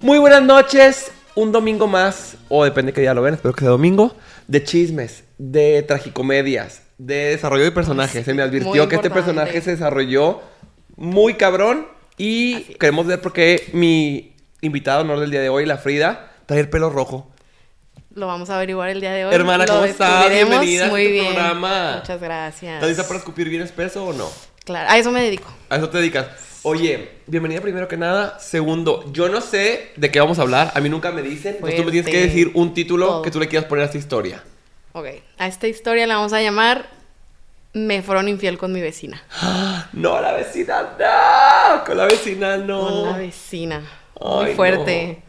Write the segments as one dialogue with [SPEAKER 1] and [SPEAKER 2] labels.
[SPEAKER 1] Muy buenas noches. Un domingo más, o depende qué día lo ven, espero que sea domingo, de chismes, de tragicomedias, de desarrollo de personajes. Se me advirtió que este
[SPEAKER 2] importante.
[SPEAKER 1] personaje se desarrolló muy cabrón y queremos ver por qué mi invitada de honor del día de hoy, la Frida, trae el pelo rojo.
[SPEAKER 2] Lo vamos a averiguar el día de hoy.
[SPEAKER 1] Hermana,
[SPEAKER 2] Lo
[SPEAKER 1] ¿cómo estás?
[SPEAKER 2] descubriremos.
[SPEAKER 1] Bienvenida a
[SPEAKER 2] Muy
[SPEAKER 1] este
[SPEAKER 2] bien.
[SPEAKER 1] programa.
[SPEAKER 2] Muchas gracias.
[SPEAKER 1] ¿Estás lista para escupir bien espeso o no?
[SPEAKER 2] Claro, a eso me dedico.
[SPEAKER 1] A eso te dedicas. Oye, bienvenida primero que nada. Segundo, yo no sé de qué vamos a hablar. A mí nunca me dicen. Entonces tú me tienes que
[SPEAKER 2] Fuerte.
[SPEAKER 1] decir un título
[SPEAKER 2] Todo.
[SPEAKER 1] que tú le quieras poner a esta historia.
[SPEAKER 2] Ok, a esta historia la vamos a llamar Me fueron infiel con mi vecina.
[SPEAKER 1] No, la vecina, no. Con la vecina, no.
[SPEAKER 2] Con la vecina.
[SPEAKER 1] Ay,
[SPEAKER 2] Muy
[SPEAKER 1] no.
[SPEAKER 2] fuerte.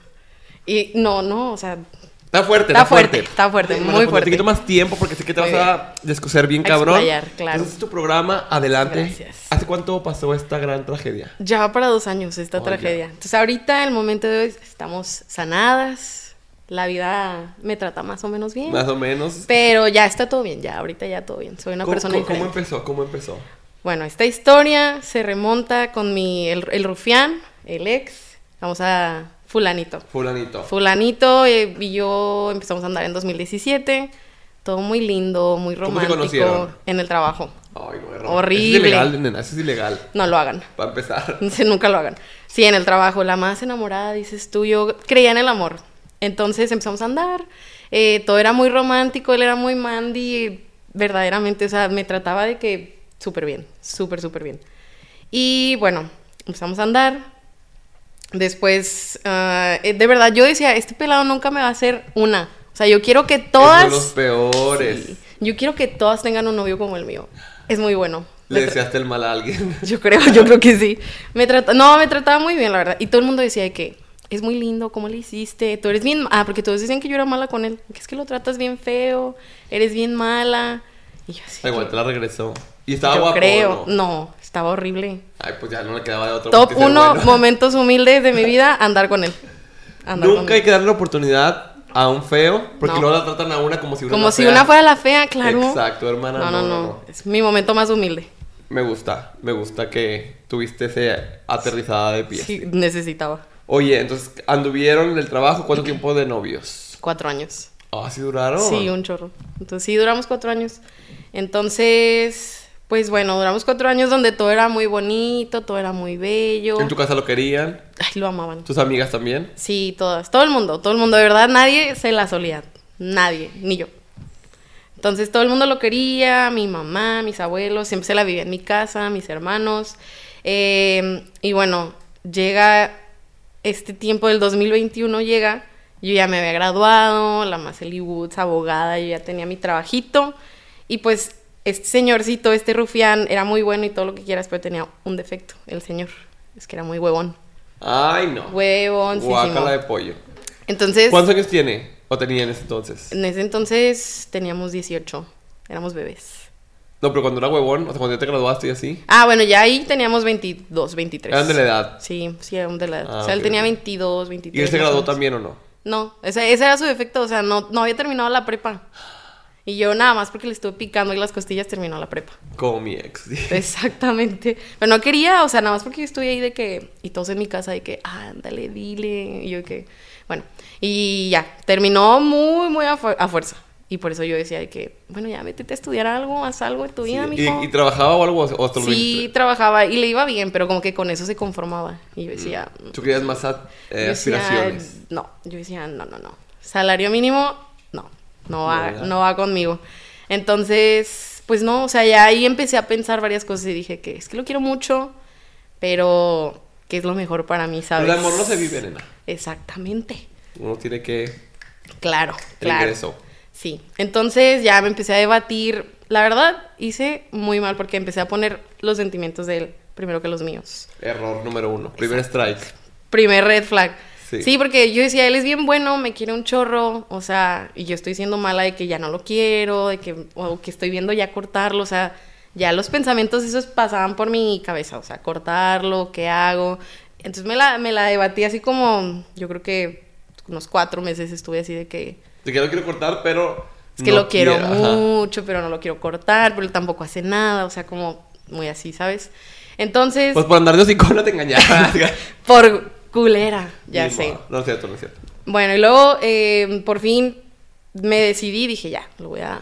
[SPEAKER 2] Y no, no, o sea,
[SPEAKER 1] Está fuerte,
[SPEAKER 2] Está fuerte, está fuerte,
[SPEAKER 1] Bueno,
[SPEAKER 2] muy
[SPEAKER 1] pues,
[SPEAKER 2] fuerte.
[SPEAKER 1] Te quito más tiempo porque sé que te
[SPEAKER 2] Muy
[SPEAKER 1] vas a descoser bien
[SPEAKER 2] A
[SPEAKER 1] cabrón.
[SPEAKER 2] explayar, claro.
[SPEAKER 1] Entonces, este es tu programa, adelante.
[SPEAKER 2] Gracias.
[SPEAKER 1] ¿Hace cuánto pasó esta gran tragedia?
[SPEAKER 2] ya va para dos años esta
[SPEAKER 1] Oh,
[SPEAKER 2] tragedia. Entonces ahorita, el momento de hoy, estamos sanadas. La vida me trata más o menos bien.
[SPEAKER 1] Más o menos.
[SPEAKER 2] Pero ya está todo bien, ya, ahorita ya todo bien. Soy una
[SPEAKER 1] ¿Cómo,
[SPEAKER 2] persona
[SPEAKER 1] cómo- cómo
[SPEAKER 2] diferente.
[SPEAKER 1] empezó? ¿Cómo empezó?
[SPEAKER 2] Bueno, esta historia se remonta con mi, el, el rufián, el ex. Vamos a fulanito.
[SPEAKER 1] Fulanito.
[SPEAKER 2] Fulanito eh, y yo empezamos a andar en 2017. Todo muy lindo, muy
[SPEAKER 1] ¿Cómo se
[SPEAKER 2] romántico.
[SPEAKER 1] conocieron?
[SPEAKER 2] En el trabajo.
[SPEAKER 1] Ay, no, Eso
[SPEAKER 2] Horrible.
[SPEAKER 1] Es ilegal, nena, eso es ilegal.
[SPEAKER 2] No lo hagan.
[SPEAKER 1] Para empezar.
[SPEAKER 2] Sí, nunca lo hagan. Sí, en el trabajo, la más enamorada, dices tú, yo creía en el amor. Entonces empezamos a andar, eh, todo era muy romántico, él era muy Mandy, verdaderamente, o sea, me trataba de que súper bien, súper, súper bien. Y bueno, empezamos a andar. Después, ah, eh, de verdad, yo decía, este pelado nunca me va a hacer una. O sea, yo quiero que
[SPEAKER 1] Es de los
[SPEAKER 2] todas...
[SPEAKER 1] peores.
[SPEAKER 2] Sí, yo quiero que todas tengan un novio como el mío. Es muy bueno. Me
[SPEAKER 1] Le
[SPEAKER 2] tra-
[SPEAKER 1] deseaste el mal a alguien.
[SPEAKER 2] yo creo, yo creo que sí. Me trata, no, me trataba muy bien, la verdad. Y todo el mundo decía de que es muy lindo, ¿cómo le hiciste? Tú eres bien. Ah, porque todos decían que yo era mala con él. Que es que lo tratas bien feo, eres bien mala. Y yo así.
[SPEAKER 1] Ay, Igual te la regresó. Y estaba
[SPEAKER 2] yo
[SPEAKER 1] guapo.
[SPEAKER 2] creo.
[SPEAKER 1] ¿o
[SPEAKER 2] No? estaba horrible.
[SPEAKER 1] Ay, pues ya no le quedaba de otro.
[SPEAKER 2] Top
[SPEAKER 1] porque ser
[SPEAKER 2] 1,
[SPEAKER 1] bueno.
[SPEAKER 2] momentos humildes de mi vida, andar con él. Andar con
[SPEAKER 1] Nunca hay
[SPEAKER 2] él.
[SPEAKER 1] que darle la oportunidad a un feo, porque
[SPEAKER 2] No.
[SPEAKER 1] luego la tratan a una como si una
[SPEAKER 2] Como si
[SPEAKER 1] fea.
[SPEAKER 2] una fuera la fea, claro.
[SPEAKER 1] Exacto, hermana,
[SPEAKER 2] No, no,
[SPEAKER 1] no,
[SPEAKER 2] no.
[SPEAKER 1] no.
[SPEAKER 2] Es mi momento más humilde.
[SPEAKER 1] Me gusta, me gusta que tuviste esa aterrizada de pies.
[SPEAKER 2] Sí, necesitaba.
[SPEAKER 1] Oye, entonces anduvieron en el trabajo, ¿cuánto tiempo de novios?
[SPEAKER 2] Cuatro años.
[SPEAKER 1] Ah, sí duraron.
[SPEAKER 2] Sí, un chorro. Entonces sí, duramos cuatro años. Entonces, pues bueno, duramos cuatro años donde todo era muy bonito, todo era muy bello.
[SPEAKER 1] En tu casa lo querían,
[SPEAKER 2] Ay, lo amaban.
[SPEAKER 1] tus amigas también.
[SPEAKER 2] Sí, todas, todo el mundo, todo el mundo. De verdad, nadie se la solía. Nadie, ni yo. Entonces todo el mundo lo quería, mi mamá, mis abuelos, siempre se la vivía en mi casa, mis hermanos. Eh, y bueno, llega este tiempo del 2021, llega, yo ya me había graduado, la Maceli Woods, abogada, yo ya tenía mi trabajito. Y pues este señorcito, este rufián, era muy bueno y todo lo que quieras, pero tenía un defecto, el señor. Es que era muy huevón.
[SPEAKER 1] Ay, no.
[SPEAKER 2] Huevón,
[SPEAKER 1] Guácala de pollo.
[SPEAKER 2] Entonces...
[SPEAKER 1] ¿Cuántos años tiene? ¿O tenía en ese entonces?
[SPEAKER 2] En ese entonces teníamos 18, éramos bebés.
[SPEAKER 1] No, pero cuando era huevón, o sea, cuando ya te graduaste y así.
[SPEAKER 2] Ah, bueno, ya ahí teníamos 22, 23.
[SPEAKER 1] Eran de la edad.
[SPEAKER 2] Sí, sí, eran de la edad.
[SPEAKER 1] Ah,
[SPEAKER 2] o sea,
[SPEAKER 1] ok,
[SPEAKER 2] él tenía
[SPEAKER 1] ok.
[SPEAKER 2] 22, 23.
[SPEAKER 1] ¿Y él se
[SPEAKER 2] más o
[SPEAKER 1] graduó
[SPEAKER 2] menos.
[SPEAKER 1] también o no?
[SPEAKER 2] No, ese, ese era su defecto, o sea, no, no había terminado la prepa. Y yo nada más porque le estuve picando y las costillas terminó la prepa.
[SPEAKER 1] Como mi ex.
[SPEAKER 2] Exactamente. Pero no quería, o sea, nada más porque yo estuve ahí de que, y todos en mi casa de que, ah, ándale, dile, y yo de que, bueno, y ya, terminó muy, muy a, fu- a fuerza. Y por eso yo decía de que, bueno, ya métete a estudiar algo, haz algo de tu vida,
[SPEAKER 1] Sí.
[SPEAKER 2] mijo.
[SPEAKER 1] ¿Y, y trabajaba o algo? O hasta los
[SPEAKER 2] sí,
[SPEAKER 1] 23?
[SPEAKER 2] trabajaba y le iba bien, pero como que con eso se conformaba. Y yo decía, "Mm,
[SPEAKER 1] ¿Tú querías más a- eh,
[SPEAKER 2] yo decía,
[SPEAKER 1] aspiraciones?
[SPEAKER 2] no, yo decía, no, no, no. Salario mínimo, no, no va,
[SPEAKER 1] No, ¿verdad?
[SPEAKER 2] no va conmigo. Entonces, pues no, o sea, ya ahí empecé a pensar varias cosas y dije que es que lo quiero mucho, pero que es lo mejor para mí, ¿sabes?
[SPEAKER 1] El amor no se vive, nena.
[SPEAKER 2] Exactamente.
[SPEAKER 1] Uno tiene que...
[SPEAKER 2] Claro,
[SPEAKER 1] El
[SPEAKER 2] claro.
[SPEAKER 1] ingreso.
[SPEAKER 2] Sí. Entonces ya me empecé a debatir. La verdad, hice muy mal porque empecé a poner los sentimientos de él primero que los míos.
[SPEAKER 1] Error número uno. Primer strike.
[SPEAKER 2] Primer red flag.
[SPEAKER 1] Sí.
[SPEAKER 2] Sí. porque yo decía, él es bien bueno, me quiere un chorro, o sea, y yo estoy siendo mala de que ya no lo quiero, de que, o que estoy viendo ya cortarlo, o sea, ya los pensamientos esos pasaban por mi cabeza, o sea, cortarlo, ¿qué hago? Entonces me la, me la debatí así como, yo creo que unos cuatro meses estuve así de que,
[SPEAKER 1] Te quiero, quiero cortar, pero
[SPEAKER 2] Es que
[SPEAKER 1] No
[SPEAKER 2] lo quiero
[SPEAKER 1] quiero, ajá.
[SPEAKER 2] mucho, pero no lo quiero cortar, pero tampoco hace nada, o sea, como muy así, ¿sabes? Entonces,
[SPEAKER 1] Pues por andar de hocicón no te engañabas.
[SPEAKER 2] por culera, ya
[SPEAKER 1] Ni
[SPEAKER 2] sé.
[SPEAKER 1] modo. No es cierto, no es cierto.
[SPEAKER 2] Bueno, y luego eh, por fin me decidí, dije ya, lo voy a.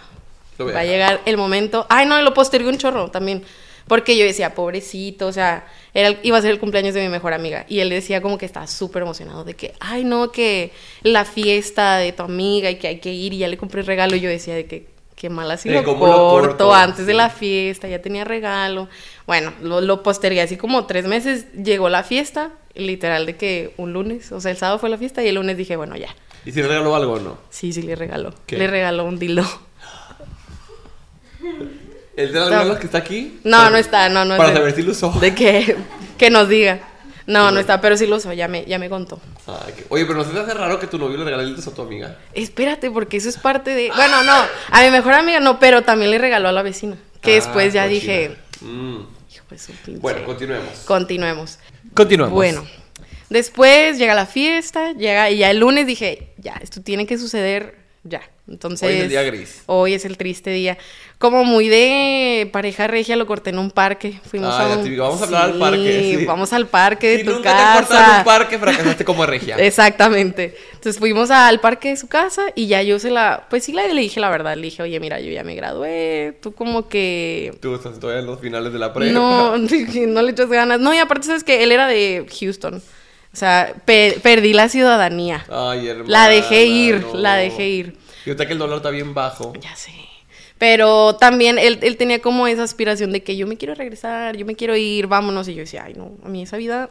[SPEAKER 1] Lo voy a
[SPEAKER 2] va a
[SPEAKER 1] dejar.
[SPEAKER 2] llegar el momento. Ay, no, y lo postergué un chorro también. Porque yo decía, pobrecito, o sea, era, el- iba a ser el cumpleaños de mi mejor amiga. Y él decía como que estaba súper emocionado de que, ay, no, que la fiesta de tu amiga y que hay que ir y ya le compré regalo. Y yo decía de que, qué mala si
[SPEAKER 1] Eh,
[SPEAKER 2] lo
[SPEAKER 1] ¿cómo
[SPEAKER 2] corto,
[SPEAKER 1] lo corto?
[SPEAKER 2] antes de
[SPEAKER 1] Sí.
[SPEAKER 2] la fiesta, ya tenía regalo. Bueno, lo, lo postergué así como tres meses. Llegó la fiesta, literal de que un lunes, o sea, el sábado fue la fiesta y el lunes dije, bueno, ya.
[SPEAKER 1] ¿Y si le regaló algo o no?
[SPEAKER 2] Sí, sí, le regaló.
[SPEAKER 1] ¿Qué?
[SPEAKER 2] Le regaló un dildo.
[SPEAKER 1] ¿El de las
[SPEAKER 2] No.
[SPEAKER 1] manos que está aquí?
[SPEAKER 2] No,
[SPEAKER 1] Para-
[SPEAKER 2] no está, no, no
[SPEAKER 1] Para
[SPEAKER 2] es de-
[SPEAKER 1] saber si lo usó.
[SPEAKER 2] De que, que nos diga. No, no está, pero sí lo usó, ya me, ya me contó.
[SPEAKER 1] Ay, qué- Oye, pero no se te hace raro que tu novio le regale el beso a tu amiga.
[SPEAKER 2] Espérate, porque eso es parte de. Bueno, no, a mi mejor amiga no, pero también le regaló a la vecina. Que
[SPEAKER 1] Ah,
[SPEAKER 2] después ya
[SPEAKER 1] cochina.
[SPEAKER 2] dije,
[SPEAKER 1] Mm.
[SPEAKER 2] hijo de su pinche.
[SPEAKER 1] Bueno, pues- continuemos.
[SPEAKER 2] Continuemos.
[SPEAKER 1] Continuemos.
[SPEAKER 2] Bueno, después llega la fiesta, llega y ya el lunes dije, ya, esto tiene que suceder ya. Entonces,
[SPEAKER 1] Hoy es el día gris.
[SPEAKER 2] Hoy es el triste día. Como muy de pareja regia, lo corté en un parque. Fuimos
[SPEAKER 1] Ah,
[SPEAKER 2] a
[SPEAKER 1] ya
[SPEAKER 2] un...
[SPEAKER 1] te digo, vamos a hablar al parque, sí.
[SPEAKER 2] Vamos al parque de
[SPEAKER 1] si
[SPEAKER 2] tu
[SPEAKER 1] nunca te
[SPEAKER 2] casa.
[SPEAKER 1] cortaron un parque, fracasaste como regia.
[SPEAKER 2] Exactamente. Entonces fuimos al parque de su casa y ya yo se la, pues sí la- le dije la verdad, le dije, oye, mira, yo ya me gradué, tú como que
[SPEAKER 1] Tú estás todavía en los finales de la prepa.
[SPEAKER 2] no, no le echas ganas. No, y aparte sabes que él era de Houston. O sea, pe- perdí la ciudadanía.
[SPEAKER 1] Ay, hermano.
[SPEAKER 2] La dejé ir, la dejé ir.
[SPEAKER 1] Y ahorita que el dolor está bien bajo.
[SPEAKER 2] Ya sé. Pero también él, él tenía como esa aspiración de que yo me quiero regresar, yo me quiero ir, vámonos. Y yo decía, ay, no, a mí esa vida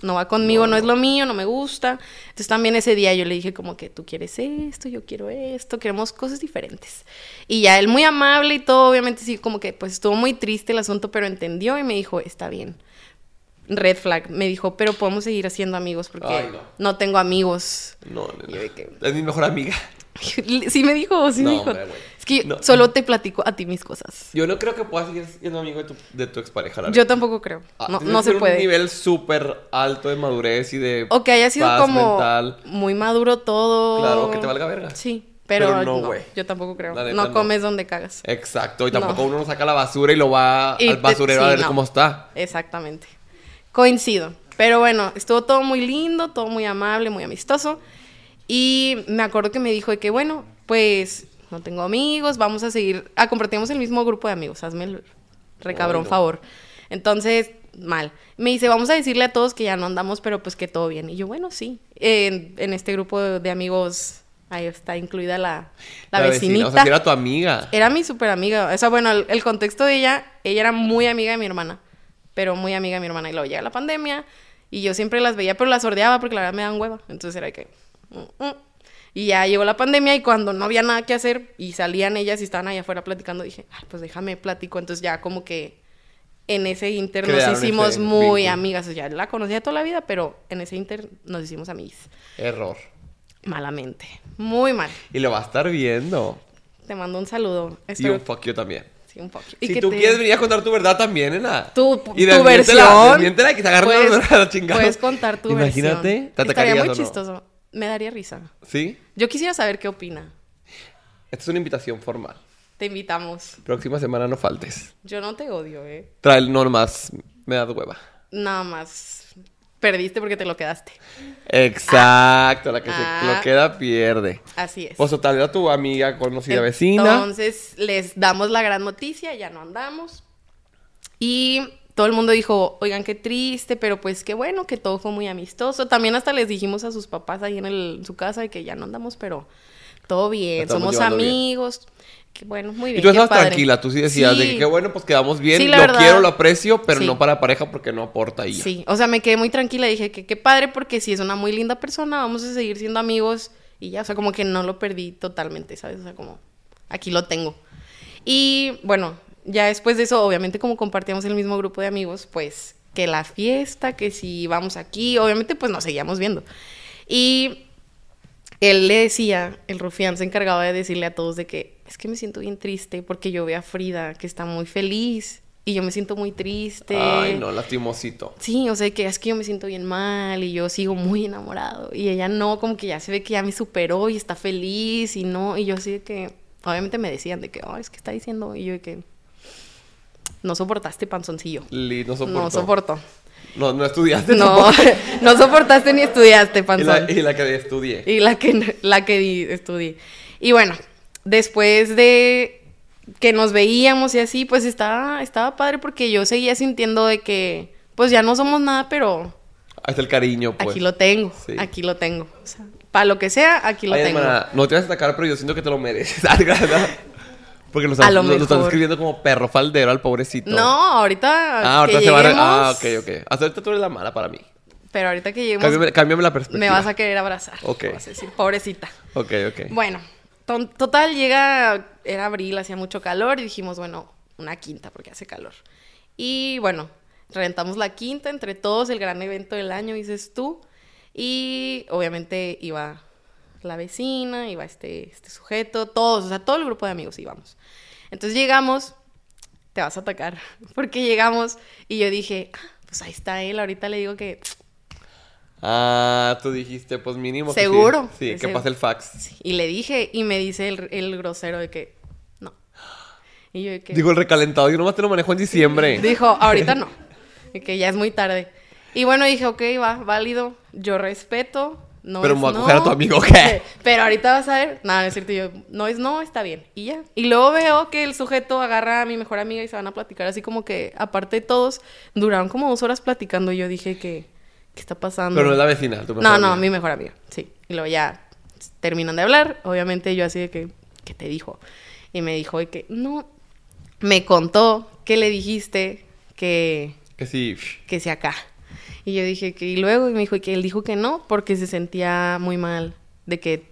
[SPEAKER 2] no va conmigo, no, es lo mío, no me gusta. Entonces también ese día yo le dije como que tú quieres esto, yo quiero esto, queremos cosas diferentes. Y ya él muy amable y todo, obviamente sí, como que pues estuvo muy triste el asunto, pero entendió y me dijo, está bien. Red flag, me dijo, pero podemos seguir haciendo amigos porque
[SPEAKER 1] Ay, no.
[SPEAKER 2] no tengo amigos.
[SPEAKER 1] No, no,
[SPEAKER 2] Yo de que-
[SPEAKER 1] Es mi mejor amiga.
[SPEAKER 2] Sí me dijo, sí
[SPEAKER 1] No,
[SPEAKER 2] me dijo.
[SPEAKER 1] hombre, güey.
[SPEAKER 2] es que yo
[SPEAKER 1] No.
[SPEAKER 2] solo te platico a ti mis cosas.
[SPEAKER 1] Yo no creo que puedas seguir siendo amigo de tu, de tu expareja. la
[SPEAKER 2] Yo
[SPEAKER 1] neta.
[SPEAKER 2] tampoco creo.
[SPEAKER 1] Ah,
[SPEAKER 2] No,
[SPEAKER 1] tienes
[SPEAKER 2] no
[SPEAKER 1] que
[SPEAKER 2] se
[SPEAKER 1] tener
[SPEAKER 2] puede.
[SPEAKER 1] un nivel súper alto de madurez y de.
[SPEAKER 2] O que haya sido
[SPEAKER 1] paz
[SPEAKER 2] como
[SPEAKER 1] mental.
[SPEAKER 2] muy maduro todo.
[SPEAKER 1] Claro, que te valga verga.
[SPEAKER 2] Sí, pero,
[SPEAKER 1] Pero no,
[SPEAKER 2] no,
[SPEAKER 1] güey.
[SPEAKER 2] yo tampoco creo.
[SPEAKER 1] La neta,
[SPEAKER 2] No
[SPEAKER 1] no.
[SPEAKER 2] comes donde cagas.
[SPEAKER 1] Exacto. Y tampoco
[SPEAKER 2] No.
[SPEAKER 1] uno no saca la basura y lo va
[SPEAKER 2] Y
[SPEAKER 1] al
[SPEAKER 2] te-
[SPEAKER 1] basurero
[SPEAKER 2] sí,
[SPEAKER 1] a ver
[SPEAKER 2] no.
[SPEAKER 1] cómo está.
[SPEAKER 2] Exactamente. Coincido. Pero bueno, estuvo todo muy lindo, todo muy amable, muy amistoso. Y me acuerdo que me dijo de que, bueno, pues no tengo amigos, vamos a seguir. Ah, compartimos el mismo grupo de amigos, hazme el recabrón
[SPEAKER 1] Ay, no.
[SPEAKER 2] favor. Entonces, mal. Me dice, vamos a decirle a todos que ya no andamos, pero pues que todo bien. Y yo, bueno, sí. En, en este grupo de, de amigos, ahí está incluida la, la, vecinita. Eh.
[SPEAKER 1] vecina, O sea, si era tu amiga.
[SPEAKER 2] Era mi súper amiga. O sea, bueno, el, el contexto de ella, ella era muy amiga de mi hermana, pero muy amiga de mi hermana. Y luego llega la pandemia y yo siempre las veía, pero las sordeaba porque la verdad me dan hueva. Entonces era que... mm, mm. Y ya llegó la pandemia y cuando no había nada que hacer y salían ellas y estaban allá afuera platicando, dije, "Ay, pues déjame platico. Entonces ya como que en ese inter
[SPEAKER 1] Crearon
[SPEAKER 2] nos hicimos
[SPEAKER 1] ese
[SPEAKER 2] muy
[SPEAKER 1] vínculo.
[SPEAKER 2] amigas. O sea, ya la conocía toda la vida, pero en ese inter nos hicimos amigas.
[SPEAKER 1] Error.
[SPEAKER 2] Malamente. Muy mal.
[SPEAKER 1] Y lo va a estar viendo.
[SPEAKER 2] Te mando un saludo.
[SPEAKER 1] Y
[SPEAKER 2] Espero-
[SPEAKER 1] un fuck you también.
[SPEAKER 2] Sí, un poquito.
[SPEAKER 1] si tú quieres venir a contar tu verdad también, Ena.
[SPEAKER 2] tu,
[SPEAKER 1] Y
[SPEAKER 2] tu
[SPEAKER 1] desmiéntela,
[SPEAKER 2] versión.
[SPEAKER 1] desmiéntela, que se agarren
[SPEAKER 2] puedes-
[SPEAKER 1] los- a la chingada.
[SPEAKER 2] Puedes contar tu
[SPEAKER 1] Imagínate,
[SPEAKER 2] versión.
[SPEAKER 1] ¿te atacarías
[SPEAKER 2] Estaría muy
[SPEAKER 1] o no?
[SPEAKER 2] chistoso. Me daría risa.
[SPEAKER 1] ¿Sí?
[SPEAKER 2] Yo quisiera saber qué opina.
[SPEAKER 1] Esta es una invitación formal.
[SPEAKER 2] Te invitamos.
[SPEAKER 1] Próxima semana no faltes.
[SPEAKER 2] Yo no te odio, ¿eh?
[SPEAKER 1] Trae el normas. Me das hueva.
[SPEAKER 2] Nada más. Perdiste porque te lo quedaste.
[SPEAKER 1] Exacto, la que
[SPEAKER 2] Ah.
[SPEAKER 1] se lo queda pierde.
[SPEAKER 2] Así es.
[SPEAKER 1] Pues total, era tu amiga conocida vecina.
[SPEAKER 2] Entonces les damos la gran noticia, ya no andamos. Y todo el mundo dijo, oigan, qué triste, pero pues qué bueno, que todo fue muy amistoso. También hasta les dijimos a sus papás ahí en, el- en su casa de que ya no andamos, pero todo bien,
[SPEAKER 1] Estamos
[SPEAKER 2] somos
[SPEAKER 1] llevando bien.
[SPEAKER 2] amigos. Que bueno, muy bien.
[SPEAKER 1] Y tú
[SPEAKER 2] qué
[SPEAKER 1] estabas
[SPEAKER 2] padre.
[SPEAKER 1] tranquila, tú sí decías de que
[SPEAKER 2] Sí.
[SPEAKER 1] qué bueno, pues quedamos bien,
[SPEAKER 2] Sí,
[SPEAKER 1] lo
[SPEAKER 2] la verdad.
[SPEAKER 1] quiero, lo aprecio, pero
[SPEAKER 2] Sí.
[SPEAKER 1] no para pareja porque no aporta y ya.
[SPEAKER 2] Sí, o sea, me quedé muy tranquila. Dije que qué padre porque si es una muy linda persona, vamos a seguir siendo amigos y ya, o sea, como que no lo perdí totalmente, ¿sabes? O sea, como aquí lo tengo. Y bueno, ya después de eso, obviamente como compartíamos el mismo grupo de amigos, pues que la fiesta, que si vamos aquí, obviamente pues nos seguíamos viendo. Y él le decía, el rufián se encargaba de decirle a todos de que es que me siento bien triste porque yo veo a Frida que está muy feliz y yo me siento muy triste.
[SPEAKER 1] Ay, no, lastimosito.
[SPEAKER 2] Sí, o sea, que es que yo me siento bien mal y yo sigo muy enamorado. Y ella no, como que ya se ve que ya me superó y está feliz y no. Y yo así de que, Obviamente me decían de que, oh, es que está diciendo. Y yo de que. No soportaste, panzoncillo.
[SPEAKER 1] Li- no soportó.
[SPEAKER 2] No soporto.
[SPEAKER 1] No, no estudiaste.
[SPEAKER 2] No,
[SPEAKER 1] tampoco.
[SPEAKER 2] no soportaste ni estudiaste,
[SPEAKER 1] Y la,
[SPEAKER 2] panzón.
[SPEAKER 1] y la que estudié.
[SPEAKER 2] Y la que, no- la que di- estudié. Y bueno, después de que nos veíamos y así, pues estaba, estaba padre porque yo seguía sintiendo de que, pues ya no somos nada, pero
[SPEAKER 1] Ahí está el cariño, pues.
[SPEAKER 2] aquí lo tengo,
[SPEAKER 1] sí.
[SPEAKER 2] aquí lo tengo. O sea, para lo que sea, aquí lo
[SPEAKER 1] Ay,
[SPEAKER 2] tengo.
[SPEAKER 1] hermana, no te vas a atacar, pero yo siento que te lo mereces. Ay, ¿verdad? Porque lo
[SPEAKER 2] A
[SPEAKER 1] están,
[SPEAKER 2] lo
[SPEAKER 1] lo, lo están
[SPEAKER 2] mejor.
[SPEAKER 1] escribiendo como perro faldero al pobrecito.
[SPEAKER 2] No, ahorita
[SPEAKER 1] Ah, ahorita
[SPEAKER 2] que
[SPEAKER 1] se va a... re-
[SPEAKER 2] lleguemos,
[SPEAKER 1] Ah, ok, ok. Hasta ahorita tú eres la mala para mí.
[SPEAKER 2] pero ahorita que lleguemos
[SPEAKER 1] Cámbiame, cámbiame la perspectiva.
[SPEAKER 2] me vas a querer abrazar.
[SPEAKER 1] Ok.
[SPEAKER 2] Vas a decir, pobrecita.
[SPEAKER 1] Ok, ok.
[SPEAKER 2] Bueno, ton- total, llega, era abril, hacía mucho calor y dijimos, bueno, una quinta porque hace calor. Y bueno, rentamos la quinta entre todos, el gran evento del año, dices tú. Y obviamente iba la vecina, iba este, este sujeto, todos, o sea, todo el grupo de amigos íbamos. Entonces llegamos, te vas a atacar, porque llegamos y yo dije, ah, pues ahí está él, ahorita le digo que...
[SPEAKER 1] Ah, tú dijiste, pues mínimo. que sí.
[SPEAKER 2] Seguro.
[SPEAKER 1] Sí, que
[SPEAKER 2] Seguro.
[SPEAKER 1] pase el fax.
[SPEAKER 2] Y le dije, y me dice el, el grosero de que, no. Y yo de que...
[SPEAKER 1] Digo, el recalentado. Yo nomás te lo manejo en diciembre.
[SPEAKER 2] Dijo, ahorita no, y que ya es muy tarde. Y bueno, dije, ok, va, válido, yo respeto, no
[SPEAKER 1] Pero
[SPEAKER 2] es
[SPEAKER 1] me voy a
[SPEAKER 2] no.
[SPEAKER 1] coger a tu amigo, ¿qué?
[SPEAKER 2] Pero ahorita vas a ver, nada, no es cierto, y yo, no es no, está bien, y ya. Y luego veo que el sujeto agarra a mi mejor amiga y se van a platicar así como que, aparte de todos, duraron como dos horas platicando y yo dije que, ¿qué está pasando?
[SPEAKER 1] Pero no es la vecina. tu mejor
[SPEAKER 2] No, no,
[SPEAKER 1] amiga.
[SPEAKER 2] mi mejor amiga, sí. Y luego ya terminan de hablar, obviamente yo así de que, ¿qué te dijo? Y me dijo de que, no, me contó que le dijiste que,
[SPEAKER 1] Que sí.
[SPEAKER 2] que sea acá. Y yo dije que, y luego, y me dijo que él dijo que no, porque se sentía muy mal de que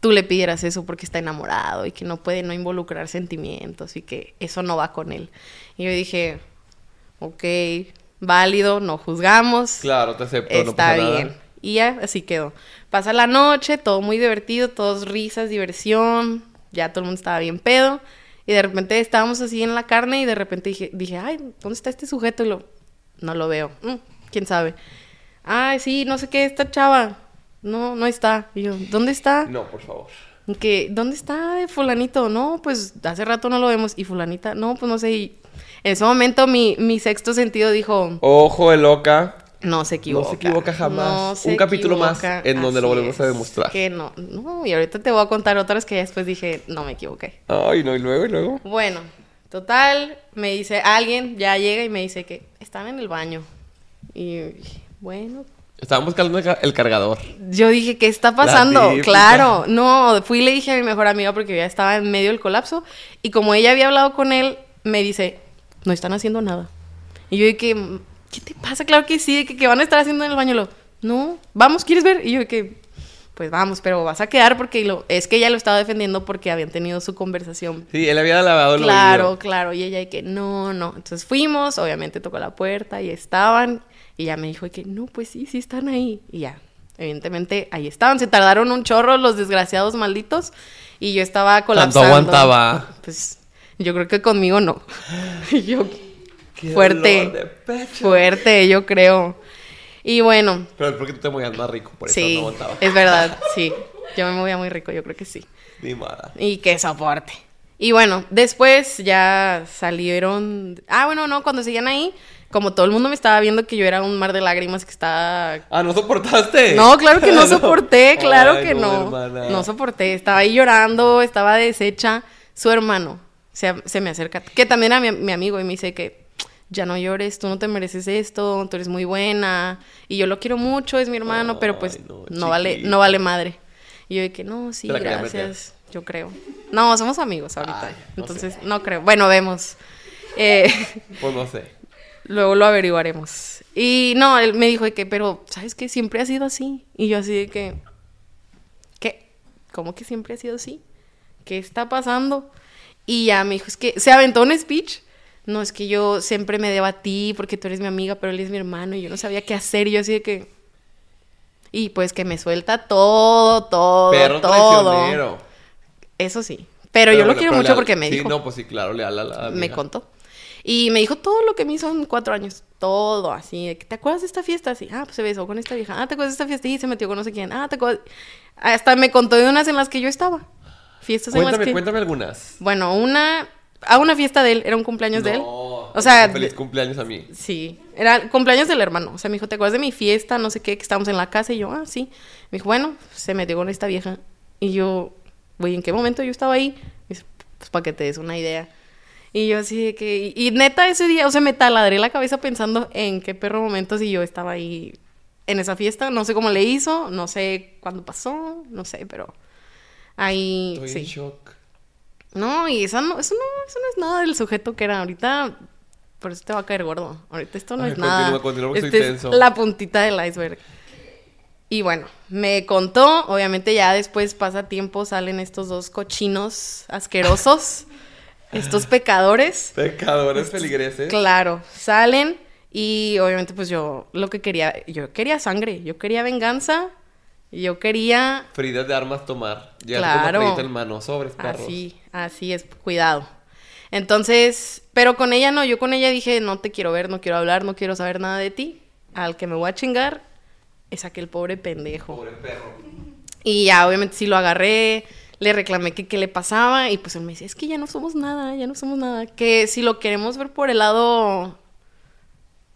[SPEAKER 2] tú le pidieras eso porque está enamorado y que no puede no involucrar sentimientos y que eso no va con él. Y yo dije, ok, válido, no juzgamos
[SPEAKER 1] Claro, te acepto. no
[SPEAKER 2] está
[SPEAKER 1] pasa nada.
[SPEAKER 2] bien. Y ya así quedó. Pasa la noche, todo muy divertido, todos risas, diversión, ya todo el mundo estaba bien pedo. Y de repente estábamos así en la carne y de repente dije, dije ay, ¿dónde está este sujeto? Y lo, no lo veo. Mm, ¿Quién sabe? Ay, sí, no sé qué, esta chava. No, no está. Y yo, ¿dónde está?
[SPEAKER 1] No, por favor.
[SPEAKER 2] que ¿dónde está fulanito? No, pues hace rato no lo vemos. Y fulanita, no, pues no sé. Y en ese momento mi, mi sexto sentido dijo,
[SPEAKER 1] Ojo de loca.
[SPEAKER 2] no se equivoca.
[SPEAKER 1] No se equivoca jamás.
[SPEAKER 2] No se
[SPEAKER 1] Un capítulo más
[SPEAKER 2] equivoca,
[SPEAKER 1] en donde lo
[SPEAKER 2] así
[SPEAKER 1] volvemos a
[SPEAKER 2] es.
[SPEAKER 1] demostrar.
[SPEAKER 2] Que no, no, y ahorita te voy a contar otras que ya después dije, no me equivoqué.
[SPEAKER 1] Ay, no, y luego, y luego.
[SPEAKER 2] Bueno, total, me dice alguien, ya llega y me dice que estaba en el baño. Y dije, bueno,
[SPEAKER 1] Estaban buscando el ca- el cargador.
[SPEAKER 2] yo dije, ¿qué está pasando?
[SPEAKER 1] típica.
[SPEAKER 2] Claro, no, fui y le dije a mi mejor amiga porque ya estaba en medio del colapso y como ella había hablado con él, me dice, no están haciendo nada. Y yo dije, ¿qué te pasa? Claro que sí, de que, que van a estar haciendo en el baño. Y Lo, no, vamos, ¿quieres ver? Y yo que, pues vamos, pero vas a quedar porque y lo, es que ella lo estaba defendiendo porque habían tenido su conversación
[SPEAKER 1] Sí, él había lavado el
[SPEAKER 2] Claro,
[SPEAKER 1] oído.
[SPEAKER 2] claro. Y ella de que no, no. Entonces fuimos, obviamente tocó la puerta y estaban. Y ya me dijo de que no, pues sí, sí están ahí. Y ya, evidentemente ahí estaban. Se tardaron un chorro los desgraciados malditos. Y yo estaba colapsando.
[SPEAKER 1] aguantaba.
[SPEAKER 2] Pues yo creo que conmigo no. yo,
[SPEAKER 1] Qué
[SPEAKER 2] fuerte.
[SPEAKER 1] dolor de pecho.
[SPEAKER 2] fuerte, yo creo. Y bueno,
[SPEAKER 1] Pero porque tú te movías más rico, por eso
[SPEAKER 2] sí,
[SPEAKER 1] no aguantaba.
[SPEAKER 2] es verdad, sí. Yo me movía muy rico, yo creo que sí.
[SPEAKER 1] Ni mala.
[SPEAKER 2] Y que soporte. Y bueno, después ya salieron. Ah, bueno, no, cuando seguían ahí, como todo el mundo me estaba viendo que yo era un mar de lágrimas que estaba.
[SPEAKER 1] Ah, ¿no soportaste?
[SPEAKER 2] No, claro que no soporté, claro
[SPEAKER 1] Ay,
[SPEAKER 2] que no.
[SPEAKER 1] hermana.
[SPEAKER 2] No soporté. Estaba ahí llorando, estaba deshecha. Su hermano se, se me acerca, que también era mi, mi amigo, y me dice que ya no llores, tú no te mereces esto, tú eres muy buena. Y yo lo quiero mucho, es mi hermano, pero pues
[SPEAKER 1] Ay, no,
[SPEAKER 2] no, vale,
[SPEAKER 1] chiquito.
[SPEAKER 2] no vale madre. Y yo de que no, sí,
[SPEAKER 1] Te la quería
[SPEAKER 2] gracias. Yo creo. No, somos amigos ahorita.
[SPEAKER 1] Ay, no
[SPEAKER 2] entonces, no creo. Bueno, vemos. Eh,
[SPEAKER 1] Pues no sé.
[SPEAKER 2] luego lo averiguaremos. Y no, él me dijo de que, pero, ¿sabes qué? Siempre ha sido así. Y yo así de que, ¿qué? ¿Cómo que siempre ha sido así? ¿Qué está pasando? Y ya me dijo, es que se aventó un speech. No, es que yo siempre me debatí porque tú eres mi amiga, pero él es mi hermano y yo no sabía qué hacer. Y yo así de que... Y pues que me suelta todo, todo,
[SPEAKER 1] Perro
[SPEAKER 2] todo.
[SPEAKER 1] traicionero.
[SPEAKER 2] Eso sí. Pero, yo lo
[SPEAKER 1] bueno,
[SPEAKER 2] quiero
[SPEAKER 1] pero
[SPEAKER 2] mucho
[SPEAKER 1] le-
[SPEAKER 2] porque me
[SPEAKER 1] sí,
[SPEAKER 2] dijo.
[SPEAKER 1] no, pues sí, claro, le habla a la
[SPEAKER 2] me
[SPEAKER 1] amiga.
[SPEAKER 2] contó. Y me dijo todo lo que me hizo en cuatro años. Todo así. de que, ¿Te acuerdas de esta fiesta? Así. Ah, pues se besó con esta vieja. Ah, ¿te acuerdas de esta fiesta? Y se metió con no sé quién. Ah, ¿te acuerdas? Hasta me contó de unas en las que yo estaba. fiestas en las
[SPEAKER 1] Cuéntame,
[SPEAKER 2] que...
[SPEAKER 1] cuéntame algunas.
[SPEAKER 2] Bueno, una... A una fiesta de él, era un cumpleaños de él.
[SPEAKER 1] No,
[SPEAKER 2] O sea,
[SPEAKER 1] Feliz cumpleaños a mí.
[SPEAKER 2] Sí, era el cumpleaños del hermano. O sea, me dijo, ¿te acuerdas de mi fiesta? No sé qué, que estábamos en la casa. Y yo, ah, sí. Me dijo, bueno, se metió con esta vieja. Y yo, güey, ¿en qué momento yo estaba ahí? Me dice, pues para que te des una idea. Y yo así de que... Y neta, ese día, o sea, me taladré la cabeza pensando en qué perro momento si yo estaba ahí en esa fiesta. No sé cómo le hizo, no sé cuándo pasó, no sé, pero... Ahí,
[SPEAKER 1] Estoy en
[SPEAKER 2] sí.
[SPEAKER 1] shock.
[SPEAKER 2] No, y esa no, eso, no, eso no es nada del sujeto que era ahorita. Por eso te va a caer gordo. Ahorita esto no
[SPEAKER 1] Ay,
[SPEAKER 2] es nada.
[SPEAKER 1] continúa, continúa, porque
[SPEAKER 2] Este
[SPEAKER 1] estoy
[SPEAKER 2] es
[SPEAKER 1] tenso.
[SPEAKER 2] la puntita del iceberg. Y bueno, me contó. Obviamente ya después pasa tiempo, salen estos dos cochinos asquerosos. estos pecadores.
[SPEAKER 1] Pecadores feligreses.
[SPEAKER 2] Claro, salen. Y obviamente pues yo lo que quería, yo quería sangre, yo quería venganza, yo quería
[SPEAKER 1] Feridas de armas tomar. Ya
[SPEAKER 2] Claro. Ah,
[SPEAKER 1] Con la en mano, sobres, perros.
[SPEAKER 2] Así, así es, cuidado. Entonces, pero con ella no, yo con ella dije, no te quiero ver, no quiero hablar, no quiero saber nada de ti. Al que me voy a chingar es aquel pobre pendejo.
[SPEAKER 1] Pobre perro.
[SPEAKER 2] Y ya, obviamente, sí lo agarré, le reclamé que qué le pasaba y pues él me dice, es que ya no somos nada, ya no somos nada. Que si lo queremos ver por el lado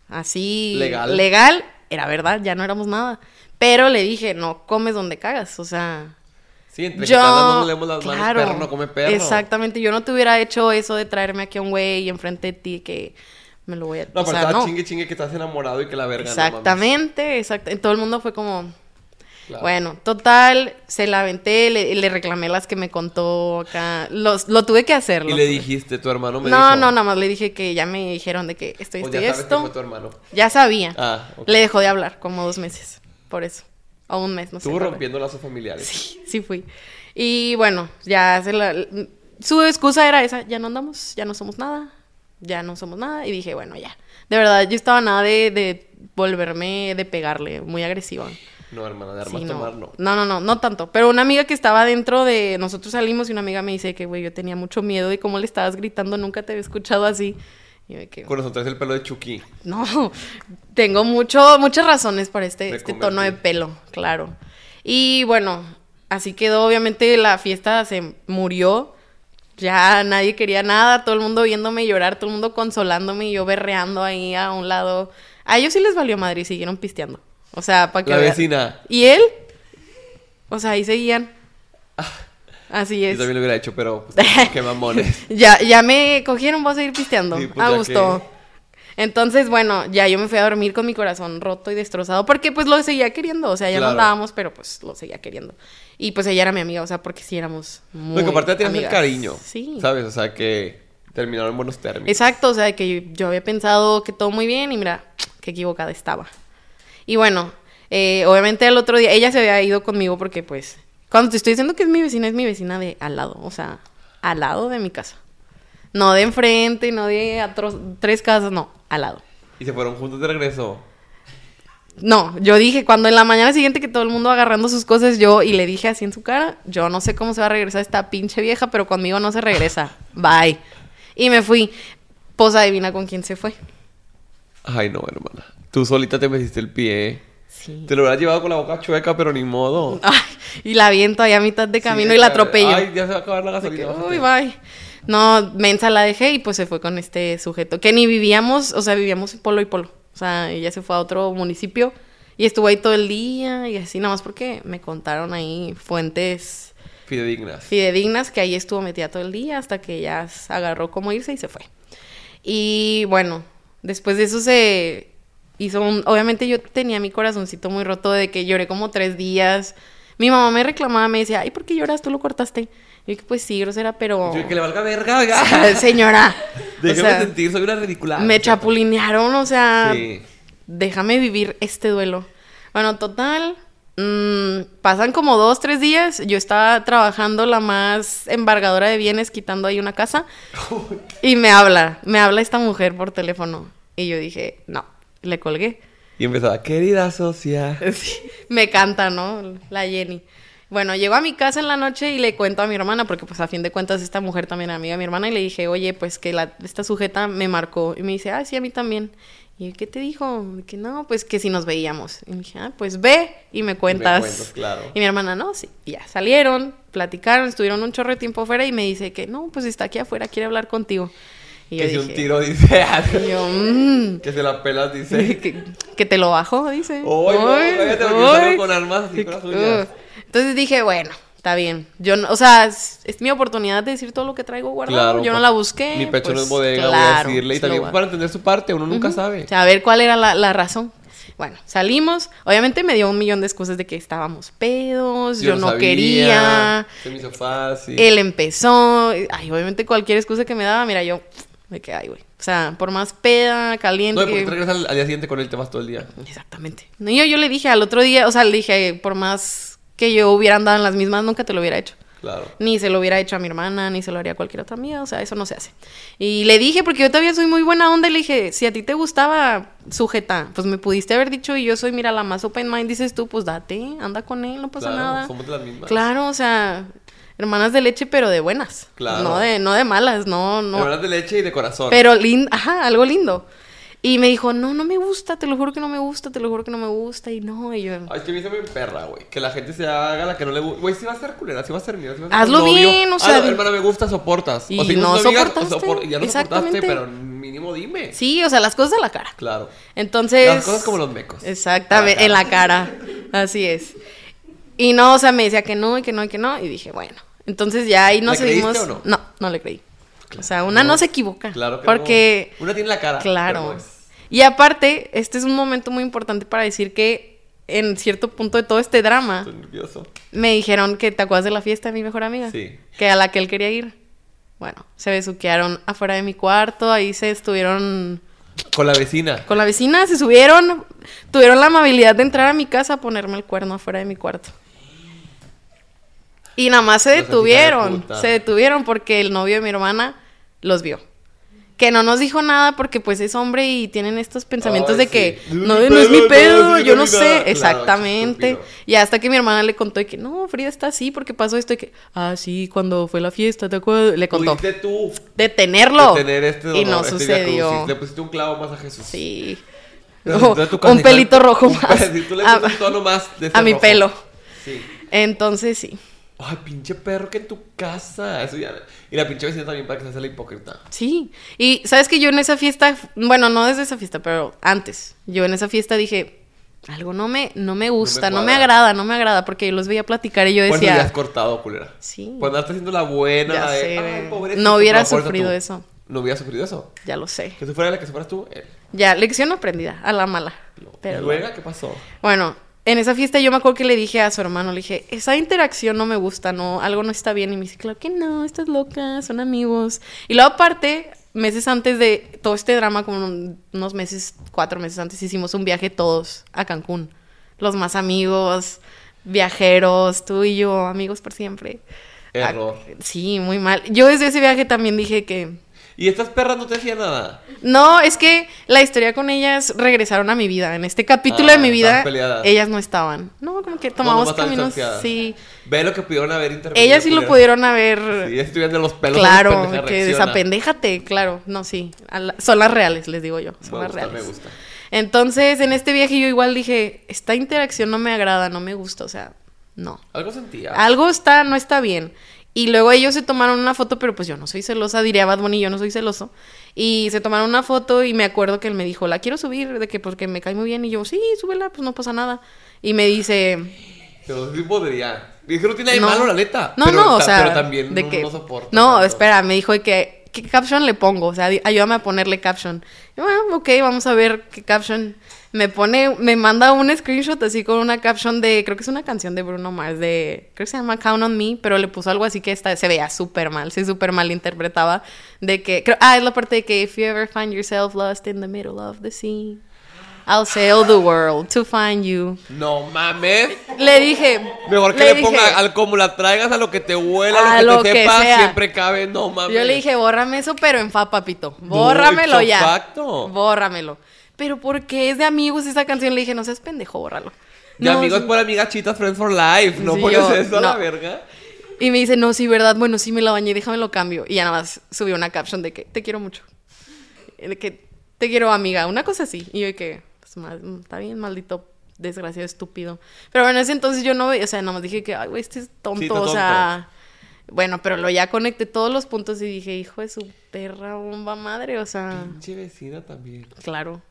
[SPEAKER 2] así
[SPEAKER 1] Legal.
[SPEAKER 2] legal era verdad, ya no éramos nada. Pero le dije, no comes donde cagas, o sea,
[SPEAKER 1] Sí, entre
[SPEAKER 2] yo,
[SPEAKER 1] que no nos leemos las
[SPEAKER 2] claro,
[SPEAKER 1] manos, perro no come perro.
[SPEAKER 2] Exactamente, yo no te hubiera hecho eso de traerme aquí a un güey y enfrente de ti que me lo voy a...
[SPEAKER 1] No,
[SPEAKER 2] o
[SPEAKER 1] pero
[SPEAKER 2] sea,
[SPEAKER 1] estaba
[SPEAKER 2] no.
[SPEAKER 1] chingue chingue que estás enamorado y que la verga
[SPEAKER 2] Exactamente, exacta- y Todo el mundo fue como...
[SPEAKER 1] Claro.
[SPEAKER 2] Bueno, total, se la aventé, le, le reclamé las que me contó acá. Los, lo tuve que hacer.
[SPEAKER 1] No mames.
[SPEAKER 2] lo
[SPEAKER 1] Y le
[SPEAKER 2] tuve-
[SPEAKER 1] dijiste, tu hermano me dijo.
[SPEAKER 2] No, no, nada más le dije que ya me dijeron de que estoy,
[SPEAKER 1] Pues
[SPEAKER 2] estoy
[SPEAKER 1] ya sabes que fue
[SPEAKER 2] esto.
[SPEAKER 1] tu hermano.
[SPEAKER 2] Ya sabía.
[SPEAKER 1] Ah, ok.
[SPEAKER 2] Le dejó de hablar como dos meses, por eso. O un mes, no sé.
[SPEAKER 1] Estuvo
[SPEAKER 2] por ahí.
[SPEAKER 1] rompiendo lazos familiares.
[SPEAKER 2] Sí, sí fui. Y bueno, ya se la... Su excusa era esa, ya no andamos, ya no somos nada, ya no somos nada. Y dije, bueno, ya. De verdad, yo estaba nada de, de volverme, de pegarle, muy agresiva.
[SPEAKER 1] No, hermana, de armas
[SPEAKER 2] Sí, no.
[SPEAKER 1] tomar no.
[SPEAKER 2] no, no, no, no tanto. Pero una amiga que estaba dentro de... Nosotros salimos y una amiga me dice que, güey, yo tenía mucho miedo de cómo le estabas gritando, nunca te había escuchado así. Y yo de que,
[SPEAKER 1] Con nosotros el pelo de Chucky.
[SPEAKER 2] no, tengo mucho, muchas razones para este,
[SPEAKER 1] Me
[SPEAKER 2] este tono de
[SPEAKER 1] convertí.
[SPEAKER 2] pelo, claro. Y bueno, así quedó, obviamente la fiesta se murió, ya nadie quería nada, todo el mundo viéndome llorar, todo el mundo consolándome y yo berreando ahí a un lado. A ellos sí les valió madre y siguieron pisteando. O sea, para que...
[SPEAKER 1] La
[SPEAKER 2] vean.
[SPEAKER 1] vecina.
[SPEAKER 2] ¿Y él? O sea, ahí seguían. Así
[SPEAKER 1] Yo
[SPEAKER 2] es.
[SPEAKER 1] también Ah. lo hubiera hecho, pero pues, qué mamones.
[SPEAKER 2] Ya, ya me cogieron, voy a seguir pisteando.
[SPEAKER 1] Sí, pues,
[SPEAKER 2] a
[SPEAKER 1] ya
[SPEAKER 2] gusto. Entonces, bueno, ya yo me fui a dormir con mi corazón roto y destrozado porque pues lo seguía queriendo, o sea, ya
[SPEAKER 1] Claro.
[SPEAKER 2] no andábamos, pero pues lo seguía queriendo. Y pues ella era mi amiga, o sea, porque sí éramos muy
[SPEAKER 1] Lo que aparte tienes el
[SPEAKER 2] amigas.
[SPEAKER 1] cariño.
[SPEAKER 2] Sí.
[SPEAKER 1] ¿Sabes? O sea, que terminaron en buenos términos.
[SPEAKER 2] Exacto, o sea, que yo, yo había pensado que todo muy bien y mira, qué equivocada estaba. Y bueno, eh, obviamente al otro día, ella se había ido conmigo porque pues, cuando te estoy diciendo que es mi vecina, es mi vecina de al lado, o sea, al lado de mi casa. No de enfrente, no de atro- tres casas, no, al lado.
[SPEAKER 1] Y se fueron juntos de regreso.
[SPEAKER 2] No, yo dije, cuando en la mañana siguiente que todo el mundo agarrando sus cosas, yo, y le dije así en su cara, yo no sé cómo se va a regresar esta pinche vieja, pero conmigo no se regresa. Bye. Y me fui. Pues adivina con quién se fue.
[SPEAKER 1] Ay, no, hermana. Tú solita te metiste el pie.
[SPEAKER 2] Sí.
[SPEAKER 1] Te lo hubieras llevado con la boca chueca, pero ni modo.
[SPEAKER 2] Ay, y la aviento ahí a mitad de camino y la atropello.
[SPEAKER 1] Ay, ya se va a acabar la
[SPEAKER 2] De que,
[SPEAKER 1] gasolina.
[SPEAKER 2] "Uy,
[SPEAKER 1] bájate".
[SPEAKER 2] bye. No, mensa la dejé y pues se fue con este sujeto. Que ni vivíamos, o sea, vivíamos polo y polo. O sea, ella se fue a otro municipio y estuvo ahí todo el día y así, nada más porque me contaron ahí fuentes
[SPEAKER 1] Fidedignas.
[SPEAKER 2] fidedignas que ahí estuvo metida todo el día hasta que ya s- agarró cómo irse y se fue. Y bueno, después de eso se hizo un... Obviamente yo tenía mi corazoncito muy roto de que lloré como tres días. Mi mamá me reclamaba, me decía, ay, ¿por qué lloras? Tú lo cortaste. Y yo que pues sí, grosera, pero...
[SPEAKER 1] Yo, que le valga verga, oiga.
[SPEAKER 2] Señora. o
[SPEAKER 1] Déjame
[SPEAKER 2] sea,
[SPEAKER 1] sentir, soy una ridícula.
[SPEAKER 2] me chapulinearon, o sea,
[SPEAKER 1] Sí.
[SPEAKER 2] déjame vivir este duelo. Bueno, total, mm, pasan como dos, tres días. Yo estaba trabajando la más embargadora de bienes, quitando ahí una casa. y me habla, me habla esta mujer por teléfono. Y yo dije, no, le colgué.
[SPEAKER 1] Y empezaba, querida socia.
[SPEAKER 2] Sí, me canta, ¿no? La Jenny. Bueno, llego a mi casa en la noche y le cuento a mi hermana, porque pues a fin de cuentas esta mujer también era amiga de mi hermana, y le dije, oye, pues que la, esta sujeta me marcó. Y me dice, ah, sí, a mí también. Y yo, ¿qué te dijo? De Que no, pues que si nos veíamos. Y me dije, ah, pues ve y me cuentas.
[SPEAKER 1] cuentas, claro.
[SPEAKER 2] Y mi hermana, no, sí. Y ya salieron, platicaron, estuvieron un chorro de tiempo afuera y me dice que no, pues está aquí afuera, quiere hablar contigo. Y yo
[SPEAKER 1] que si
[SPEAKER 2] dije,
[SPEAKER 1] un tiro dice.
[SPEAKER 2] y yo, "Mm".
[SPEAKER 1] que se la pelas dice.
[SPEAKER 2] que, que te lo bajo, dice.
[SPEAKER 1] Ay, no,
[SPEAKER 2] Ay,
[SPEAKER 1] fíjate, porque solo
[SPEAKER 2] ay.
[SPEAKER 1] con armas así, con las uñas.
[SPEAKER 2] Uh. Entonces dije, bueno, está bien. Yo, no- o sea, es, es mi oportunidad de decir todo lo que traigo guardado. Yo no
[SPEAKER 1] pa-
[SPEAKER 2] la busqué.
[SPEAKER 1] Mi pecho no
[SPEAKER 2] pues,
[SPEAKER 1] es bodega, voy a
[SPEAKER 2] claro,
[SPEAKER 1] decirle. Y
[SPEAKER 2] pues, lo
[SPEAKER 1] también
[SPEAKER 2] guardo.
[SPEAKER 1] para entender su parte, uno nunca sabe.
[SPEAKER 2] O sea, a ver cuál era la, la razón. Bueno, salimos. Obviamente me dio un millón de excusas de que estábamos pedos, pues, yo, no
[SPEAKER 1] sabía,
[SPEAKER 2] quería.
[SPEAKER 1] Se me hizo fácil.
[SPEAKER 2] Él empezó. Ay, obviamente cualquier excusa que me daba, mira, yo me quedé ahí, güey. O sea, por más peda, caliente.
[SPEAKER 1] No, y porque
[SPEAKER 2] que-
[SPEAKER 1] te regresas al, al día siguiente con él, te vas todo el día.
[SPEAKER 2] Exactamente. No, yo, yo le dije al otro día, o sea, le dije, por más que yo hubiera andado en las mismas, nunca te lo hubiera hecho.
[SPEAKER 1] Claro.
[SPEAKER 2] Ni se lo hubiera hecho a mi hermana, ni se lo haría a cualquier otra mía, o sea, eso no se hace. Y le dije, porque yo todavía soy muy buena onda, y le dije, si a ti te gustaba sujeta, pues me pudiste haber dicho, y yo soy, mira, la más open mind, dices tú, pues date, anda con él, no pasa
[SPEAKER 1] Claro,
[SPEAKER 2] nada.
[SPEAKER 1] Somos de las mismas.
[SPEAKER 2] Claro, o sea, hermanas de leche, pero de buenas.
[SPEAKER 1] Claro.
[SPEAKER 2] No de, no de malas, no, no.
[SPEAKER 1] Hermanas de leche y de corazón.
[SPEAKER 2] Pero lindo, ajá, algo lindo. Y me dijo, no, no me gusta, te lo juro que no me gusta, te lo juro que no me gusta. Y no, y yo,
[SPEAKER 1] Ay, es que me hice muy perra, güey. Que la gente se haga la que no le gusta. Güey, si va a ser culera, si va a ser mierda. Si va a ser
[SPEAKER 2] Hazlo
[SPEAKER 1] tu novio.
[SPEAKER 2] bien, o sea,
[SPEAKER 1] Hazlo,
[SPEAKER 2] di-
[SPEAKER 1] hermana, me gusta, soportas.
[SPEAKER 2] Y
[SPEAKER 1] si
[SPEAKER 2] no
[SPEAKER 1] gustas, amiga,
[SPEAKER 2] soportaste,
[SPEAKER 1] sopor- Ya no soportaste,
[SPEAKER 2] exactamente.
[SPEAKER 1] pero mínimo dime.
[SPEAKER 2] sí, o sea, las cosas de la cara.
[SPEAKER 1] Claro.
[SPEAKER 2] Entonces.
[SPEAKER 1] Las cosas como los mecos.
[SPEAKER 2] Exactamente, en la cara. Así es. Y no, o sea, me decía que no, y que no, y que no. Y dije, bueno. Entonces ya ahí nos
[SPEAKER 1] ¿Le creíste
[SPEAKER 2] seguimos.
[SPEAKER 1] o no?
[SPEAKER 2] no, no le creí. o sea, una no,
[SPEAKER 1] no.
[SPEAKER 2] se equivoca.
[SPEAKER 1] Claro que
[SPEAKER 2] Porque.
[SPEAKER 1] no. Una tiene la cara.
[SPEAKER 2] Claro.
[SPEAKER 1] pero pues. no es.
[SPEAKER 2] Y aparte, este es un momento muy importante para decir que en cierto punto de todo este drama.
[SPEAKER 1] Estoy nervioso.
[SPEAKER 2] Me dijeron que te acuerdas de la fiesta de mi mejor amiga.
[SPEAKER 1] Sí.
[SPEAKER 2] Que a la que él quería ir. Bueno, se besuquearon afuera de mi cuarto, ahí se estuvieron
[SPEAKER 1] Con la vecina.
[SPEAKER 2] con la vecina, se subieron, tuvieron la amabilidad de entrar a mi casa a ponerme el cuerno afuera de mi cuarto. Y nada más se
[SPEAKER 1] Los hijos de
[SPEAKER 2] detuvieron,
[SPEAKER 1] puta.
[SPEAKER 2] se detuvieron porque el novio de mi hermana los vio. Que no nos dijo nada porque pues es hombre y tienen estos pensamientos
[SPEAKER 1] Ay,
[SPEAKER 2] de
[SPEAKER 1] sí.
[SPEAKER 2] que
[SPEAKER 1] No es mi
[SPEAKER 2] no, no es mi
[SPEAKER 1] pedo,
[SPEAKER 2] pedo,
[SPEAKER 1] no es mi
[SPEAKER 2] yo no
[SPEAKER 1] vida".
[SPEAKER 2] sé,
[SPEAKER 1] Claro,
[SPEAKER 2] exactamente.
[SPEAKER 1] estúpido.
[SPEAKER 2] Y hasta que mi hermana le contó y que no, Frida está así porque pasó esto y que, ah, sí, cuando fue la fiesta, ¿te acuerdas? Le contó.
[SPEAKER 1] Pudiste tú
[SPEAKER 2] Detenerlo.
[SPEAKER 1] tener este dolor.
[SPEAKER 2] y no
[SPEAKER 1] este Via
[SPEAKER 2] sucedió.
[SPEAKER 1] Crucis. Le pusiste un clavo más a Jesús.
[SPEAKER 2] Sí.
[SPEAKER 1] Le
[SPEAKER 2] O-
[SPEAKER 1] pusiste a tu casa,
[SPEAKER 2] un
[SPEAKER 1] hija de-
[SPEAKER 2] pelito rojo
[SPEAKER 1] un
[SPEAKER 2] más.
[SPEAKER 1] pe-
[SPEAKER 2] Ah,
[SPEAKER 1] Tú le
[SPEAKER 2] a,
[SPEAKER 1] pusiste un tono más de ese
[SPEAKER 2] a mi
[SPEAKER 1] rojo.
[SPEAKER 2] pelo.
[SPEAKER 1] Sí.
[SPEAKER 2] Entonces sí.
[SPEAKER 1] Ay, pinche perro que en tu casa. Eso ya. Y la pinche vecina también para que se hace la hipócrita.
[SPEAKER 2] Sí. Y sabes que yo en esa fiesta, bueno, no desde esa fiesta, pero antes, yo en esa fiesta dije, algo no me, no me gusta, no me,
[SPEAKER 1] cuadra.
[SPEAKER 2] agrada, no me agrada, porque yo los veía platicar y yo
[SPEAKER 1] Por eso ya
[SPEAKER 2] decía,
[SPEAKER 1] has cortado, culera.
[SPEAKER 2] Sí.
[SPEAKER 1] Cuando estás haciendo la buena,
[SPEAKER 2] Ya
[SPEAKER 1] la de,
[SPEAKER 2] sé,
[SPEAKER 1] "Ay,
[SPEAKER 2] güey.
[SPEAKER 1] pobrecito",
[SPEAKER 2] No hubiera
[SPEAKER 1] pero a fuerza
[SPEAKER 2] sufrido
[SPEAKER 1] tú.
[SPEAKER 2] eso.
[SPEAKER 1] No hubiera sufrido eso.
[SPEAKER 2] ya lo sé.
[SPEAKER 1] Que tú fueras la que sufras tú, él.
[SPEAKER 2] Ya, lección aprendida, a la mala.
[SPEAKER 1] No.
[SPEAKER 2] Pero
[SPEAKER 1] ¿Y luego qué pasó?
[SPEAKER 2] Bueno, en esa fiesta yo me acuerdo que le dije a su hermano, le dije, esa interacción no me gusta, no, algo no está bien. Y me dice, claro que no, estás loca, son amigos. Y luego aparte, meses antes de todo este drama, como un- unos meses, cuatro meses antes, hicimos un viaje todos a Cancún. Los más amigos, viajeros, tú y yo, amigos por siempre.
[SPEAKER 1] Error.
[SPEAKER 2] Ah, sí, muy mal. Yo desde ese viaje también dije que...
[SPEAKER 1] Y estas perras no te decían nada.
[SPEAKER 2] No, es que la historia con ellas regresaron a mi vida. En este capítulo
[SPEAKER 1] Ah,
[SPEAKER 2] de mi vida,
[SPEAKER 1] estaban peleadas.
[SPEAKER 2] ellas no estaban. No, como que
[SPEAKER 1] No,
[SPEAKER 2] tomamos
[SPEAKER 1] no, no,
[SPEAKER 2] caminos.
[SPEAKER 1] distanciadas.
[SPEAKER 2] Sí.
[SPEAKER 1] Ve lo que pudieron haber intervenido.
[SPEAKER 2] Ellas sí lo pudieron haber.
[SPEAKER 1] Sí, ellas estuvieran de los pelos. esa
[SPEAKER 2] claro,
[SPEAKER 1] pendeja
[SPEAKER 2] que
[SPEAKER 1] reacciona.
[SPEAKER 2] desapendéjate, claro. No, sí. a la- Son las reales, les digo yo. Son
[SPEAKER 1] Me
[SPEAKER 2] las
[SPEAKER 1] gusta, me
[SPEAKER 2] reales.
[SPEAKER 1] gusta.
[SPEAKER 2] Entonces, en este viaje yo igual dije, esta interacción no me agrada, no me gusta, o sea, no.
[SPEAKER 1] Algo sentía.
[SPEAKER 2] Algo está, no está bien. Y luego ellos se tomaron una foto, pero pues yo no soy celosa, diría Bad Bunny, yo no soy celoso. Y se tomaron una foto y me acuerdo que él me dijo, la quiero subir, de que porque me cae muy bien. Y yo, sí, súbela, pues no pasa nada. Y me dice,
[SPEAKER 1] Pero sí podría. Y es que no tiene nada de
[SPEAKER 2] No.
[SPEAKER 1] malo, la neta.
[SPEAKER 2] no,
[SPEAKER 1] Pero
[SPEAKER 2] no, o
[SPEAKER 1] ta-
[SPEAKER 2] sea,
[SPEAKER 1] Pero también
[SPEAKER 2] de
[SPEAKER 1] no,
[SPEAKER 2] que,
[SPEAKER 1] no soporta.
[SPEAKER 2] no,
[SPEAKER 1] tanto.
[SPEAKER 2] espera, me dijo de que, ¿qué caption le pongo? O sea, di- ayúdame a ponerle caption. Y bueno, ok, vamos a ver qué caption. Me pone, me manda un screenshot así con una caption de, creo que es una canción de Bruno Mars, de, creo que se llama Count on Me, pero le puso algo así que está, se veía súper mal, se súper mal interpretaba, de que, creo, ah, es la parte de que, if you ever find yourself lost in the middle of the sea, I'll sail the world to find you.
[SPEAKER 1] No mames.
[SPEAKER 2] Le dije,
[SPEAKER 1] Mejor que le,
[SPEAKER 2] dije-
[SPEAKER 1] ponga al como la traigas, a lo que te huela,
[SPEAKER 2] A
[SPEAKER 1] a lo
[SPEAKER 2] lo
[SPEAKER 1] que
[SPEAKER 2] que
[SPEAKER 1] te sepa,
[SPEAKER 2] sea.
[SPEAKER 1] siempre cabe. No mames.
[SPEAKER 2] Yo le dije, bórrame eso, pero en fa, papito.
[SPEAKER 1] No,
[SPEAKER 2] Bórramelo
[SPEAKER 1] ipso
[SPEAKER 2] ya.
[SPEAKER 1] facto.
[SPEAKER 2] Bórramelo. Pero porque es de amigos esa canción, le dije, no seas pendejo, bórralo.
[SPEAKER 1] De
[SPEAKER 2] No,
[SPEAKER 1] amigos
[SPEAKER 2] sí.
[SPEAKER 1] por amigas chitas, friends for life. No
[SPEAKER 2] Sí,
[SPEAKER 1] pones
[SPEAKER 2] yo-
[SPEAKER 1] eso a la
[SPEAKER 2] no.
[SPEAKER 1] verga.
[SPEAKER 2] Y me dice, no, sí, verdad, bueno, sí me la bañé, déjame lo cambio. Y ya nada más subió una caption de que te quiero mucho. De que te quiero amiga, una cosa así. Y yo de que, pues, mal- mm, está bien, maldito desgraciado estúpido. Pero bueno, en ese entonces yo no, ve- o sea, nada más dije que, ay, güey, este es tonto,
[SPEAKER 1] está
[SPEAKER 2] o sea... Bueno, pero lo ya conecté todos los puntos y dije, hijo de su perra bomba madre, o sea...
[SPEAKER 1] Pinche vecina también.
[SPEAKER 2] Claro.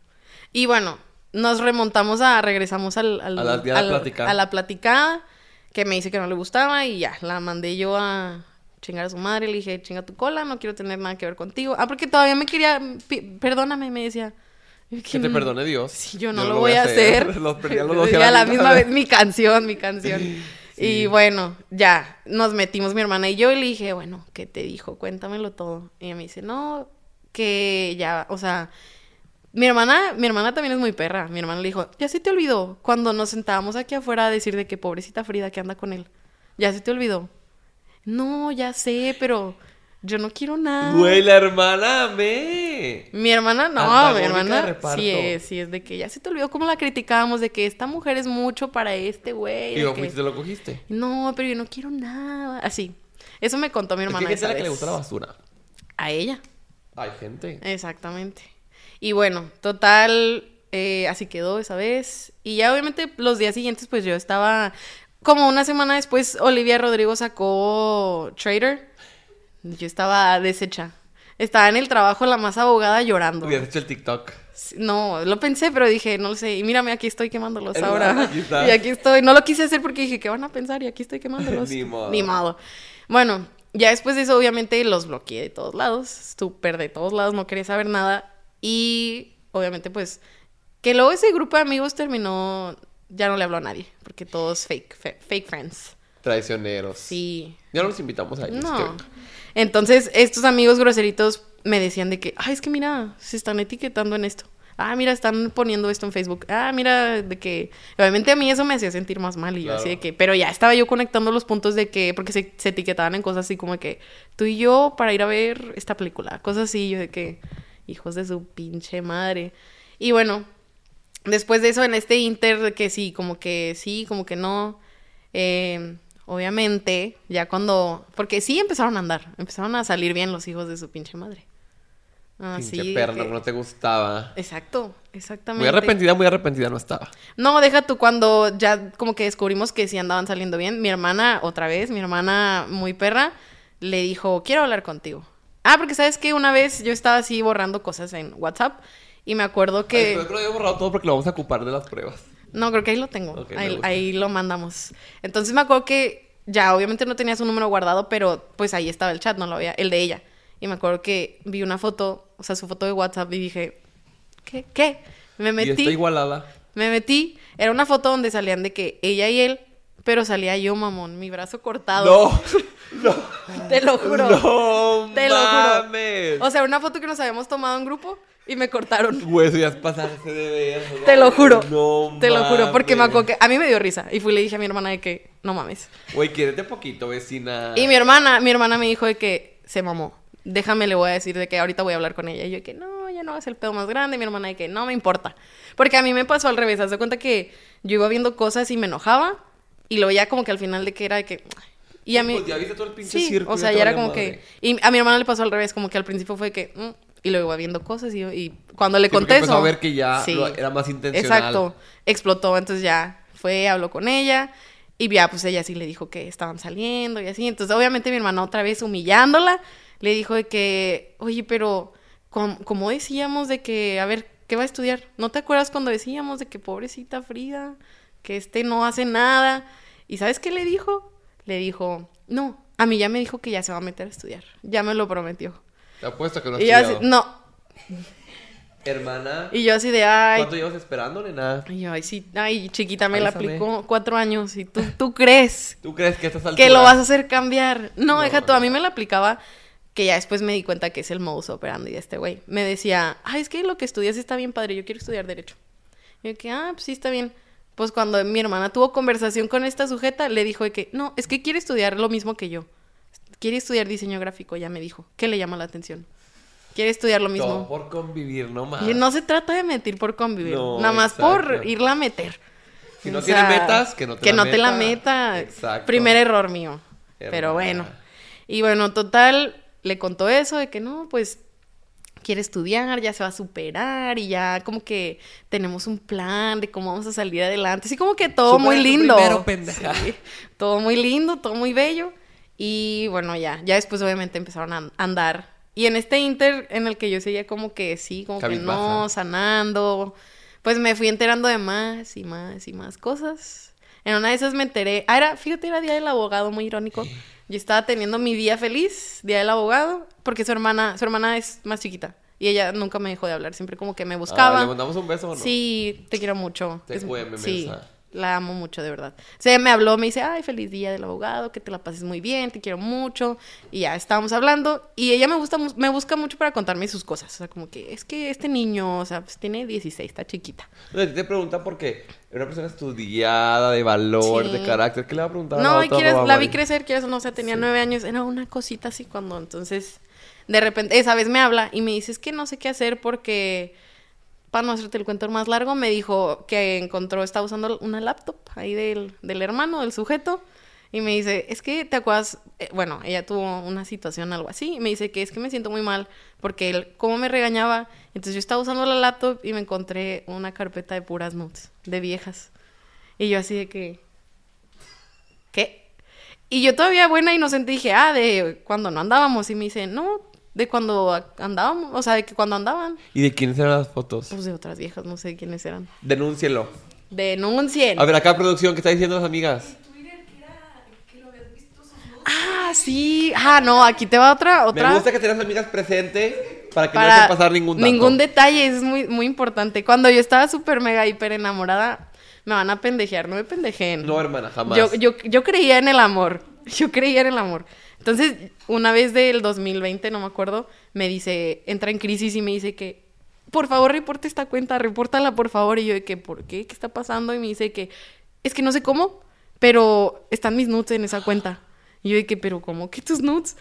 [SPEAKER 2] Y bueno, nos remontamos a, regresamos al, al-
[SPEAKER 1] A la- ya la
[SPEAKER 2] al-
[SPEAKER 1] platicada.
[SPEAKER 2] a la platicada, que me dice que no le gustaba y ya, la mandé yo a chingar a su madre, le dije, chinga tu cola, no quiero tener nada que ver contigo. Ah, porque todavía me quería, pi- perdóname, me decía.
[SPEAKER 1] Que te perdone Dios.
[SPEAKER 2] "Mm, Sí, yo no lo, voy, a hacer.
[SPEAKER 1] Los perdí a los dos
[SPEAKER 2] Dije
[SPEAKER 1] y
[SPEAKER 2] a la misma vez, mi canción, mi canción. Y bueno, ya, nos metimos mi hermana y yo y le dije, bueno, ¿qué te dijo? Cuéntamelo todo. Y ella me dice, no, que ya, o sea, mi hermana, mi hermana también es muy perra. Mi hermana le dijo, ya se te olvidó cuando nos sentábamos aquí afuera a decir de que pobrecita Frida que anda con él. Ya se te olvidó. No, ya sé, pero yo no quiero nada.
[SPEAKER 1] Güey, la hermana me.
[SPEAKER 2] Mi hermana, no,
[SPEAKER 1] Antagónica
[SPEAKER 2] mi
[SPEAKER 1] de
[SPEAKER 2] hermana
[SPEAKER 1] reparto.
[SPEAKER 2] sí es, sí es de que ya se te olvidó cómo la criticábamos, de que esta mujer es mucho para este güey.
[SPEAKER 1] Y
[SPEAKER 2] de
[SPEAKER 1] lo
[SPEAKER 2] que-
[SPEAKER 1] fuiste, lo cogiste.
[SPEAKER 2] No, pero yo no quiero nada. Así. Eso me contó mi
[SPEAKER 1] Es
[SPEAKER 2] hermana.
[SPEAKER 1] que hay gente
[SPEAKER 2] esa
[SPEAKER 1] a la que le
[SPEAKER 2] vez.
[SPEAKER 1] gusta la basura.
[SPEAKER 2] A ella,
[SPEAKER 1] Hay gente.
[SPEAKER 2] exactamente. Y bueno, total, eh, así quedó esa vez. Y ya obviamente los días siguientes, pues yo estaba. Como una semana después, Olivia Rodrigo sacó Trader. Yo estaba deshecha. Estaba en el trabajo, la más abogada llorando.
[SPEAKER 1] Hubieras hecho el TikTok.
[SPEAKER 2] Sí, No, lo pensé, pero dije, no lo sé. Y mírame, aquí estoy quemándolos
[SPEAKER 1] Hermana,
[SPEAKER 2] ahora.
[SPEAKER 1] aquí está.
[SPEAKER 2] Y aquí estoy. No lo quise hacer porque dije, ¿qué van a pensar? Y aquí estoy quemándolos.
[SPEAKER 1] Ni modo.
[SPEAKER 2] modo. Bueno, ya después de eso, obviamente, los bloqueé de todos lados. Súper de todos lados, no quería saber nada. Y, obviamente, pues, que luego ese grupo de amigos terminó... Ya no le habló a nadie, porque todos fake, fe- fake friends.
[SPEAKER 1] Traicioneros.
[SPEAKER 2] Sí,
[SPEAKER 1] Ya no los invitamos a ellos. que
[SPEAKER 2] no.
[SPEAKER 1] vengan.
[SPEAKER 2] Entonces, estos amigos groseritos me decían de que, ay, es que mira, se están etiquetando en esto. Ah, mira, están poniendo esto en Facebook. Ah, mira, de que. Obviamente a mí eso me hacía sentir más mal y yo así
[SPEAKER 1] Claro.
[SPEAKER 2] de que. Pero ya estaba yo conectando los puntos de que. Porque se, se etiquetaban en cosas así como que. Tú y yo para ir a ver esta película. Cosas así, yo de que. Hijos de su pinche madre. Y bueno, después de eso, en este inter, de que sí, como que sí, como que no. eh, obviamente, ya cuando. Porque sí empezaron a andar, empezaron a salir bien los hijos de su pinche madre. Así.
[SPEAKER 1] Pinche
[SPEAKER 2] de
[SPEAKER 1] perna,
[SPEAKER 2] que-
[SPEAKER 1] no te gustaba.
[SPEAKER 2] Exacto, exactamente.
[SPEAKER 1] Muy arrepentida, muy arrepentida no estaba.
[SPEAKER 2] No, deja tú cuando ya como que descubrimos que sí andaban saliendo bien. Mi hermana, otra vez, mi hermana muy perra, le dijo, quiero hablar contigo. Ah, porque sabes que una vez yo estaba así borrando cosas en WhatsApp y me acuerdo
[SPEAKER 1] Ay,
[SPEAKER 2] que...
[SPEAKER 1] pero Yo creo que he borrado todo porque lo vamos a ocupar de las pruebas.
[SPEAKER 2] No, creo que ahí lo tengo.
[SPEAKER 1] Ok, me
[SPEAKER 2] ahí,
[SPEAKER 1] gusta.
[SPEAKER 2] ahí lo mandamos. Entonces me acuerdo que ya obviamente no tenía su número guardado, pero pues ahí estaba el chat, no lo había, el de ella. Y me acuerdo que vi una foto, o sea, su foto de WhatsApp y dije, ¿qué? ¿Qué? Me
[SPEAKER 1] Y
[SPEAKER 2] metí.
[SPEAKER 1] está igualada.
[SPEAKER 2] Me metí, era una foto donde salían de que ella y él, pero salía yo, mamón, mi brazo cortado.
[SPEAKER 1] No, no,
[SPEAKER 2] Te lo juro.
[SPEAKER 1] no,
[SPEAKER 2] te lo
[SPEAKER 1] mames.
[SPEAKER 2] juro. O sea, una foto que nos habíamos tomado en grupo y me cortaron.
[SPEAKER 1] Güey, eso ya es pasarse de ver.
[SPEAKER 2] Te lo juro.
[SPEAKER 1] No,
[SPEAKER 2] te lo juro, porque me
[SPEAKER 1] mames.
[SPEAKER 2] acuerdo que a mí me dio risa y fui y le dije a mi hermana de que no mames.
[SPEAKER 1] Güey, quiérete poquito, vecina.
[SPEAKER 2] Y mi hermana, mi hermana me dijo de que se mamó. Déjame, le voy a decir de que ahorita voy a hablar con ella. Y yo de que no, ya no hagas el pedo más grande. Y mi hermana de que no me importa. Porque a mí me pasó al revés. Haz de cuenta que yo iba viendo cosas y me enojaba. Y luego ya como que al final de que era de que. Y a mí.
[SPEAKER 1] Pues ya viste todo el pinche
[SPEAKER 2] Sí,
[SPEAKER 1] circo,
[SPEAKER 2] o
[SPEAKER 1] ya
[SPEAKER 2] sea,
[SPEAKER 1] te
[SPEAKER 2] ya era
[SPEAKER 1] valió
[SPEAKER 2] como
[SPEAKER 1] madre.
[SPEAKER 2] que. Y a mi hermana le pasó al revés. Como que al principio fue de que. mm, y luego iba viendo cosas. Y, yo- y cuando le
[SPEAKER 1] Sí, porque
[SPEAKER 2] conté
[SPEAKER 1] empezó
[SPEAKER 2] eso-
[SPEAKER 1] a ver que ya lo- era más intencional.
[SPEAKER 2] Exacto. Explotó. Entonces ya fue, habló con ella. Y ya, pues ella sí le dijo que estaban saliendo y así. Entonces, obviamente, mi hermana otra vez humillándola, le dijo de que, oye, pero, com- como decíamos de que, a ver, ¿qué va a estudiar? ¿No te acuerdas cuando decíamos de que pobrecita Frida, que este no hace nada? ¿Y sabes qué le dijo? Le dijo, no, a mí ya me dijo que ya se va a meter a estudiar. Ya me lo prometió.
[SPEAKER 1] Te apuesto que no has
[SPEAKER 2] y yo así,
[SPEAKER 1] estudiado.
[SPEAKER 2] no.
[SPEAKER 1] Hermana,
[SPEAKER 2] Y yo así de, ay,
[SPEAKER 1] ¿cuánto llevas esperando, nena?
[SPEAKER 2] Y yo, ay, sí, ay, chiquita, me la
[SPEAKER 1] Avísame.
[SPEAKER 2] aplicó cuatro años. ¿Y tú, tú crees
[SPEAKER 1] ¿Tú crees que estás al
[SPEAKER 2] que lo vas a hacer cambiar? No,
[SPEAKER 1] No,
[SPEAKER 2] deja tú, a mí
[SPEAKER 1] no.
[SPEAKER 2] me la aplicaba que ya después me di cuenta que es el modus operandi de este güey. Me decía, ay, es que lo que estudias está bien padre, yo quiero estudiar Derecho. Y yo que, ah, pues sí, está bien. Pues cuando mi hermana tuvo conversación con esta sujeta, le dijo de que, no, es que quiere estudiar lo mismo que yo. Quiere estudiar diseño gráfico, ya me dijo. ¿Qué le llama la atención? Quiere estudiar lo mismo.
[SPEAKER 1] Todo por convivir, no más.
[SPEAKER 2] Y no se trata de mentir por convivir,
[SPEAKER 1] No,
[SPEAKER 2] nada más por
[SPEAKER 1] exacto.
[SPEAKER 2] irla a meter.
[SPEAKER 1] Si no
[SPEAKER 2] O
[SPEAKER 1] tiene
[SPEAKER 2] sea,
[SPEAKER 1] metas, que no te
[SPEAKER 2] que
[SPEAKER 1] la
[SPEAKER 2] no te la
[SPEAKER 1] meta.
[SPEAKER 2] meta.
[SPEAKER 1] Exacto. Ah,
[SPEAKER 2] Primer error mío.
[SPEAKER 1] Hermana.
[SPEAKER 2] Pero bueno. Y bueno, total, le contó eso de que no, pues quiere estudiar, ya se va a superar y ya como que tenemos un plan de cómo vamos a salir adelante. Así como que todo
[SPEAKER 3] Supera
[SPEAKER 2] muy
[SPEAKER 3] tú
[SPEAKER 2] lindo.
[SPEAKER 3] primero, pendeja.
[SPEAKER 2] Sí, todo muy lindo, todo muy bello. Y bueno, ya, ya después obviamente empezaron a andar. Y en este inter en el que yo seguía como que sí, como que no,
[SPEAKER 1] Cabizbaja.
[SPEAKER 2] sanando, pues me fui enterando de más y más y más cosas. En una de esas me enteré, ah, era, fíjate, era Día del Abogado, muy irónico. Yo estaba teniendo mi día feliz, Día del Abogado, porque su hermana, su hermana es más chiquita. Y ella nunca me dejó de hablar, siempre como que me buscaba.
[SPEAKER 1] Ah, ¿Le mandamos un beso o no?
[SPEAKER 2] Sí, te quiero mucho.
[SPEAKER 1] Te cueme,
[SPEAKER 2] sí,
[SPEAKER 1] mensa.
[SPEAKER 2] la amo mucho, de verdad. O sea, me habló, me dice, ay, feliz día del abogado, que te la pases muy bien, te quiero mucho. Y ya estábamos hablando. Y ella me, gusta, mu- me busca mucho para contarme sus cosas. O sea, como que es que este niño, o sea, pues tiene 16, está chiquita.
[SPEAKER 1] No, a ti te pregunta porque era una persona estudiada, de valor,
[SPEAKER 2] Sí.
[SPEAKER 1] de carácter. ¿Qué le va a preguntar a la
[SPEAKER 2] No, y
[SPEAKER 1] otra
[SPEAKER 2] quieres,
[SPEAKER 1] Roma
[SPEAKER 2] la vi
[SPEAKER 1] Mari?
[SPEAKER 2] crecer, quieres o no, o sea, tenía
[SPEAKER 1] Sí.
[SPEAKER 2] nueve años, era una cosita así cuando, entonces, de repente, esa vez me habla y me dice, es que no sé qué hacer porque, para no hacerte el cuento más largo, me dijo que encontró, estaba usando una laptop ahí del, del hermano, del sujeto, y me dice, es que, ¿te acuerdas? Eh, bueno, ella tuvo una situación, algo así, y me dice que es que me siento muy mal porque él, cómo me regañaba, entonces yo estaba usando la laptop y me encontré una carpeta de puras notes, de viejas. Y yo así de que... ¿qué? Y yo todavía buena inocente dije, ah, de cuando no andábamos. Y me dice, no, de cuando andábamos, o sea, de que cuando andaban.
[SPEAKER 1] ¿Y de quiénes eran las fotos?
[SPEAKER 2] Pues de otras viejas, no sé quiénes eran.
[SPEAKER 1] Denúncielo.
[SPEAKER 2] Denuncien.
[SPEAKER 1] A ver, acá producción, ¿qué está diciendo las amigas?
[SPEAKER 2] Ah, sí. Ah, no, aquí te va otra, otra.
[SPEAKER 1] Me gusta que tengas amigas presente para que no
[SPEAKER 2] para
[SPEAKER 1] dejen pasar ningún dato.
[SPEAKER 2] detalle, es muy, muy importante. Cuando yo estaba súper mega hiper enamorada, me van a pendejear, no me pendejen.
[SPEAKER 1] No, hermana, jamás.
[SPEAKER 2] Yo, yo, yo creía en el amor. Yo creía en el amor. Entonces, una vez del 2020, no me acuerdo, me dice, entra en crisis y me dice que, por favor, reporte esta cuenta, repórtala, por favor. Y yo de que, ¿por qué? ¿Qué está pasando? Y me dice que, es que no sé cómo, pero están mis nudes en esa cuenta. Y yo de que, ¿pero cómo que tus nudes?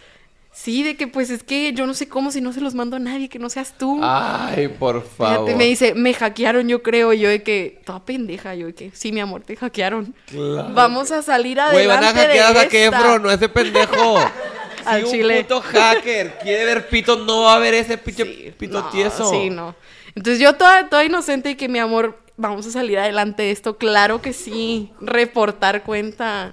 [SPEAKER 2] Sí, de que, pues es que yo no sé cómo si no se los mando a nadie, que no seas tú.
[SPEAKER 1] Ay, Ah, por
[SPEAKER 2] Fíjate,
[SPEAKER 1] favor.
[SPEAKER 2] me dice, me hackearon, yo creo. Y yo de que, toda pendeja, yo de que, sí, mi amor, te hackearon.
[SPEAKER 1] Claro.
[SPEAKER 2] Vamos a salir
[SPEAKER 1] Güey,
[SPEAKER 2] adelante.
[SPEAKER 1] van a hackear
[SPEAKER 2] de
[SPEAKER 1] a Zac
[SPEAKER 2] esta".
[SPEAKER 1] Efron, no a ese pendejo.
[SPEAKER 2] Al
[SPEAKER 1] si
[SPEAKER 2] chile.
[SPEAKER 1] un puto hacker quiere ver pito, no va a ver ese pito,
[SPEAKER 2] Sí,
[SPEAKER 1] pito
[SPEAKER 2] no,
[SPEAKER 1] tieso.
[SPEAKER 2] Sí, no. Entonces yo toda, toda inocente y que mi amor, vamos a salir adelante de esto. Claro que sí. Reportar cuenta.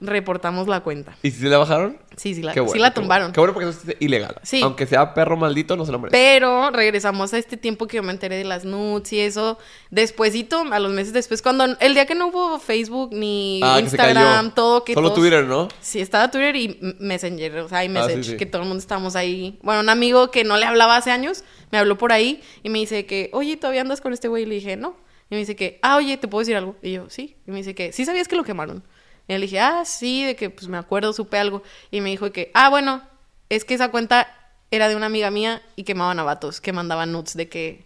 [SPEAKER 2] Reportamos la cuenta.
[SPEAKER 1] ¿Y si se la bajaron?
[SPEAKER 2] Sí, sí la,
[SPEAKER 1] Qué bueno,
[SPEAKER 2] sí la
[SPEAKER 1] qué bueno.
[SPEAKER 2] tumbaron.
[SPEAKER 1] Qué bueno porque eso es ilegal.
[SPEAKER 2] Sí.
[SPEAKER 1] Aunque sea perro maldito, no se lo merece.
[SPEAKER 2] Pero regresamos a este tiempo que yo me enteré de las nudes y eso. Despuésito, a los meses después, cuando el día que no hubo Facebook ni
[SPEAKER 1] ah, que se cayó.
[SPEAKER 2] Instagram, todo que
[SPEAKER 1] Solo
[SPEAKER 2] todos-
[SPEAKER 1] Twitter, ¿no?
[SPEAKER 2] Sí, estaba Twitter y M- Messenger, o sea, y
[SPEAKER 1] Ah,
[SPEAKER 2] Message,
[SPEAKER 1] sí, sí.
[SPEAKER 2] que todo el mundo estábamos ahí. Bueno, un amigo que no le hablaba hace años, me habló por ahí y me dice que, oye, ¿todavía andas con este güey? Y le dije, no. Y me dice que, ah, oye, ¿te puedo decir algo? Y yo, sí. Y me dice que, ¿sí sabías que lo quemaron? Y le dije, ah, sí, de que, pues, me acuerdo, supe algo. Y me dijo que, ah, bueno, es que esa cuenta era de una amiga mía y quemaban a vatos, que mandaban nudes de que,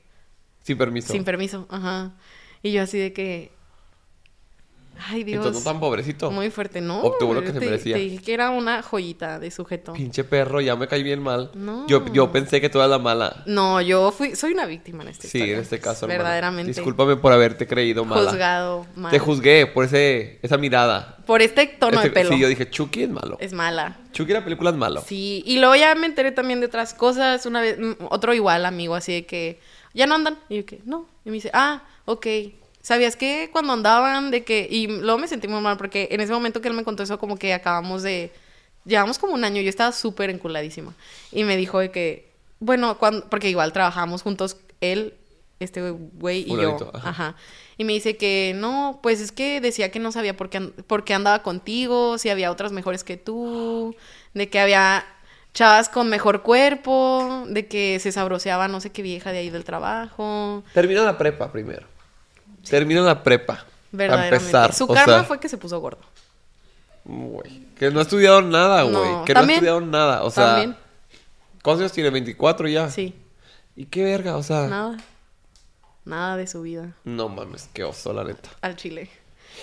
[SPEAKER 1] Sin permiso.
[SPEAKER 2] sin permiso, ajá. Y yo así de que, ay, Dios.
[SPEAKER 1] Entonces, no tan pobrecito.
[SPEAKER 2] Muy fuerte, ¿no?
[SPEAKER 1] Obtuvo lo que se
[SPEAKER 2] Te-
[SPEAKER 1] merecía.
[SPEAKER 2] Te dije que era una joyita de sujeto.
[SPEAKER 1] Pinche perro, ya me caí bien mal.
[SPEAKER 2] No.
[SPEAKER 1] Yo, yo pensé que tú eras la mala.
[SPEAKER 2] No, yo fui, soy una víctima en este
[SPEAKER 1] Sí,
[SPEAKER 2] historia.
[SPEAKER 1] en este caso. hermana.
[SPEAKER 2] Verdaderamente.
[SPEAKER 1] Discúlpame por haberte creído mala.
[SPEAKER 2] Juzgado mal.
[SPEAKER 1] Te juzgué por ese, esa mirada.
[SPEAKER 2] Por este tono
[SPEAKER 1] Este-
[SPEAKER 2] de pelo.
[SPEAKER 1] Sí, yo dije, Chucky es malo.
[SPEAKER 2] Es mala.
[SPEAKER 1] Chucky la película es malo.
[SPEAKER 2] Sí, y luego ya me enteré también de otras cosas. Una vez, mm, otro igual amigo, así de que ya no andan. Y yo que no. Y me dice, ah, ok. ¿Sabías que cuando andaban de que.? Y luego me sentí muy mal porque en ese momento que él me contó eso, como que acabamos de. Llevamos como un año, yo estaba súper enculadísima. Y me dijo de que. Bueno, cuando, porque igual trabajamos juntos él, este güey y yo.
[SPEAKER 1] Fulanito, ajá.
[SPEAKER 2] Ajá. Ajá. Y me dice que no, pues es que decía que no sabía por qué, an- por qué andaba contigo, si había otras mejores que tú, de que había chavas con mejor cuerpo, de que se sabroseaba no sé qué vieja de ahí del trabajo.
[SPEAKER 1] Termina la prepa primero. Termina la prepa. Para
[SPEAKER 2] Verdaderamente.
[SPEAKER 1] empezar.
[SPEAKER 2] Su
[SPEAKER 1] o
[SPEAKER 2] karma
[SPEAKER 1] sea,
[SPEAKER 2] fue que se puso gordo.
[SPEAKER 1] güey, que no ha estudiado nada, güey.
[SPEAKER 2] No,
[SPEAKER 1] que
[SPEAKER 2] también.
[SPEAKER 1] no ha estudiado nada. O sea, ah.
[SPEAKER 2] También.
[SPEAKER 1] ¿cuántos años tiene? ¿24 ya?
[SPEAKER 2] Sí.
[SPEAKER 1] ¿Y qué verga? O sea,
[SPEAKER 2] Nada. Nada de su vida
[SPEAKER 1] no mames, qué oso, la neta.
[SPEAKER 2] al chile.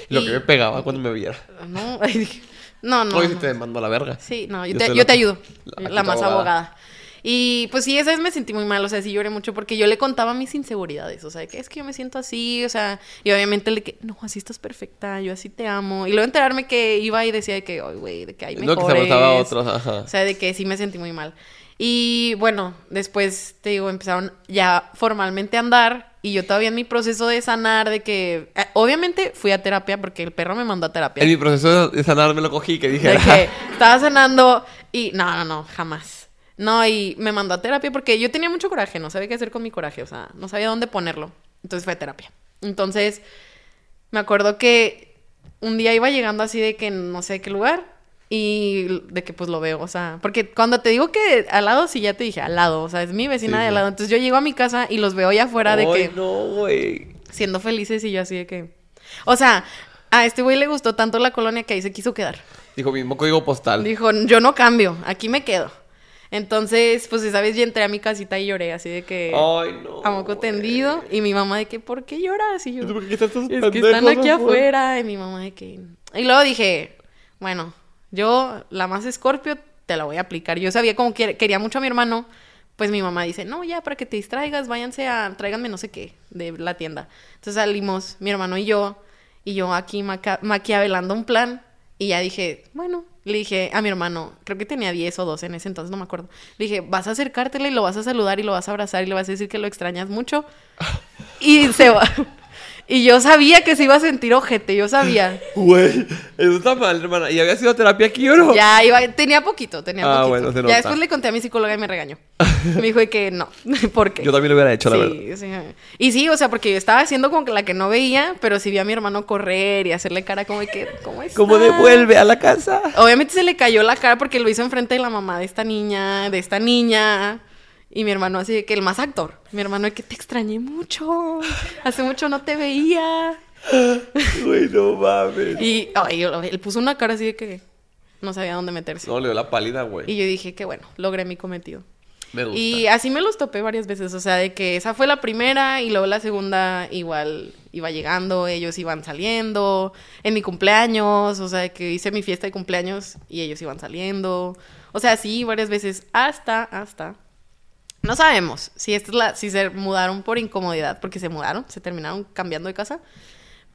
[SPEAKER 1] Lo
[SPEAKER 2] Y-
[SPEAKER 1] que me pegaba cuando me viera.
[SPEAKER 2] No, ay, dije, no, no.
[SPEAKER 1] Hoy
[SPEAKER 2] no.
[SPEAKER 1] sí te demando a la verga.
[SPEAKER 2] Sí, no, yo,
[SPEAKER 1] Yo
[SPEAKER 2] te,
[SPEAKER 1] soy
[SPEAKER 2] yo
[SPEAKER 1] la-
[SPEAKER 2] te ayudo.
[SPEAKER 1] la-
[SPEAKER 2] La,
[SPEAKER 1] la
[SPEAKER 2] más
[SPEAKER 1] abogada.
[SPEAKER 2] abogada. Y pues sí, esa vez me sentí muy mal, o sea, sí lloré mucho porque yo le contaba mis inseguridades, o sea, que es que yo me siento así, o sea, y obviamente le que, no, así estás perfecta, yo así te amo. Y luego enterarme que iba y decía de que, ay, güey, de que hay
[SPEAKER 1] No, que se
[SPEAKER 2] mejores.
[SPEAKER 1] abrazaba a otros, ajá.
[SPEAKER 2] O sea, de que sí me sentí muy mal. Y bueno, después, te digo, empezaron ya formalmente a andar y yo todavía en mi proceso de sanar, de que... eh, Obviamente fui a terapia porque el perro me mandó a terapia.
[SPEAKER 1] En mi proceso de sanar me lo cogí que dije. "Ah,
[SPEAKER 2] De que estaba cenando y no, no, no, jamás. No, y me mandó a terapia porque yo tenía mucho coraje, no sabía qué hacer con mi coraje, o sea, no sabía dónde ponerlo. Entonces fue a terapia. Entonces, me acuerdo que un día iba llegando así de que no sé qué lugar y de que pues lo veo, o sea, porque cuando te digo que al lado, sí ya te dije al lado, o sea, es mi vecina
[SPEAKER 1] Sí,
[SPEAKER 2] de
[SPEAKER 1] sí.
[SPEAKER 2] al lado. Entonces yo llego a mi casa y los veo allá afuera de
[SPEAKER 1] Ay,
[SPEAKER 2] que
[SPEAKER 1] no, güey.
[SPEAKER 2] siendo felices y yo así de que. O sea, a este güey le gustó tanto la colonia que ahí se quiso quedar.
[SPEAKER 1] Dijo mismo código postal.
[SPEAKER 2] Dijo, yo no cambio, aquí me quedo. Entonces, pues esa vez yo entré a mi casita y lloré, así de que
[SPEAKER 1] Ay, no.
[SPEAKER 2] a moco tendido. Y mi mamá de que, ¿por qué lloras? Y yo,
[SPEAKER 1] ¿Por qué están estos
[SPEAKER 2] es que
[SPEAKER 1] pendejos
[SPEAKER 2] están aquí
[SPEAKER 1] afuera?
[SPEAKER 2] afuera. Y mi mamá de que... Y luego dije, bueno, yo, la más escorpio, te la voy a aplicar. Yo sabía como que quería mucho a mi hermano. Pues mi mamá dice, no, ya, para que te distraigas, váyanse a... Tráiganme no sé qué de la tienda. Entonces salimos, mi hermano y yo. Y yo aquí maca- maquiavelando un plan. Y ya dije, bueno, le dije a mi hermano, creo que tenía 10 o 12 en ese entonces, no me acuerdo. Le dije, vas a acercártele y lo vas a saludar y lo vas a abrazar y le vas a decir que lo extrañas mucho. Y se va. Y yo sabía que se iba a sentir ojete, yo sabía.
[SPEAKER 1] Güey, eso está mal, hermana. ¿Y había sido terapia aquí o no?
[SPEAKER 2] Ya iba, tenía poquito, tenía
[SPEAKER 1] Ah,
[SPEAKER 2] poquito.
[SPEAKER 1] bueno, se nota.
[SPEAKER 2] Ya después le conté a mi psicóloga y me regañó. Me dijo de que no, ¿por qué?
[SPEAKER 1] Yo también lo hubiera hecho, la verdad.
[SPEAKER 2] sí, sí. Y sí, o sea, porque yo estaba haciendo como que la que no veía, pero sí vi a mi hermano correr y hacerle cara como de que, ¿cómo es?
[SPEAKER 1] ¿Cómo devuelve a la casa?
[SPEAKER 2] Obviamente se le cayó la cara porque lo hizo enfrente de la mamá de esta niña, de esta niña. Y mi hermano así de que el más actor. Mi hermano de que te extrañé mucho. Hace mucho no te veía.
[SPEAKER 1] Güey, no mames.
[SPEAKER 2] Y ay, yo lo- él puso una cara así de que no sabía dónde meterse.
[SPEAKER 1] No, le dio la pálida, güey.
[SPEAKER 2] Y yo dije que bueno, logré mi cometido.
[SPEAKER 1] Me gusta.
[SPEAKER 2] Y eh, así me los topé varias veces, o sea, de que esa fue la primera y luego la segunda igual iba llegando, ellos iban saliendo, en mi cumpleaños, o sea, de que hice mi fiesta de cumpleaños y ellos iban saliendo, o sea, sí, varias veces, hasta, hasta. No sabemos si, esta es la, si se mudaron por incomodidad, porque se mudaron, se terminaron cambiando de casa,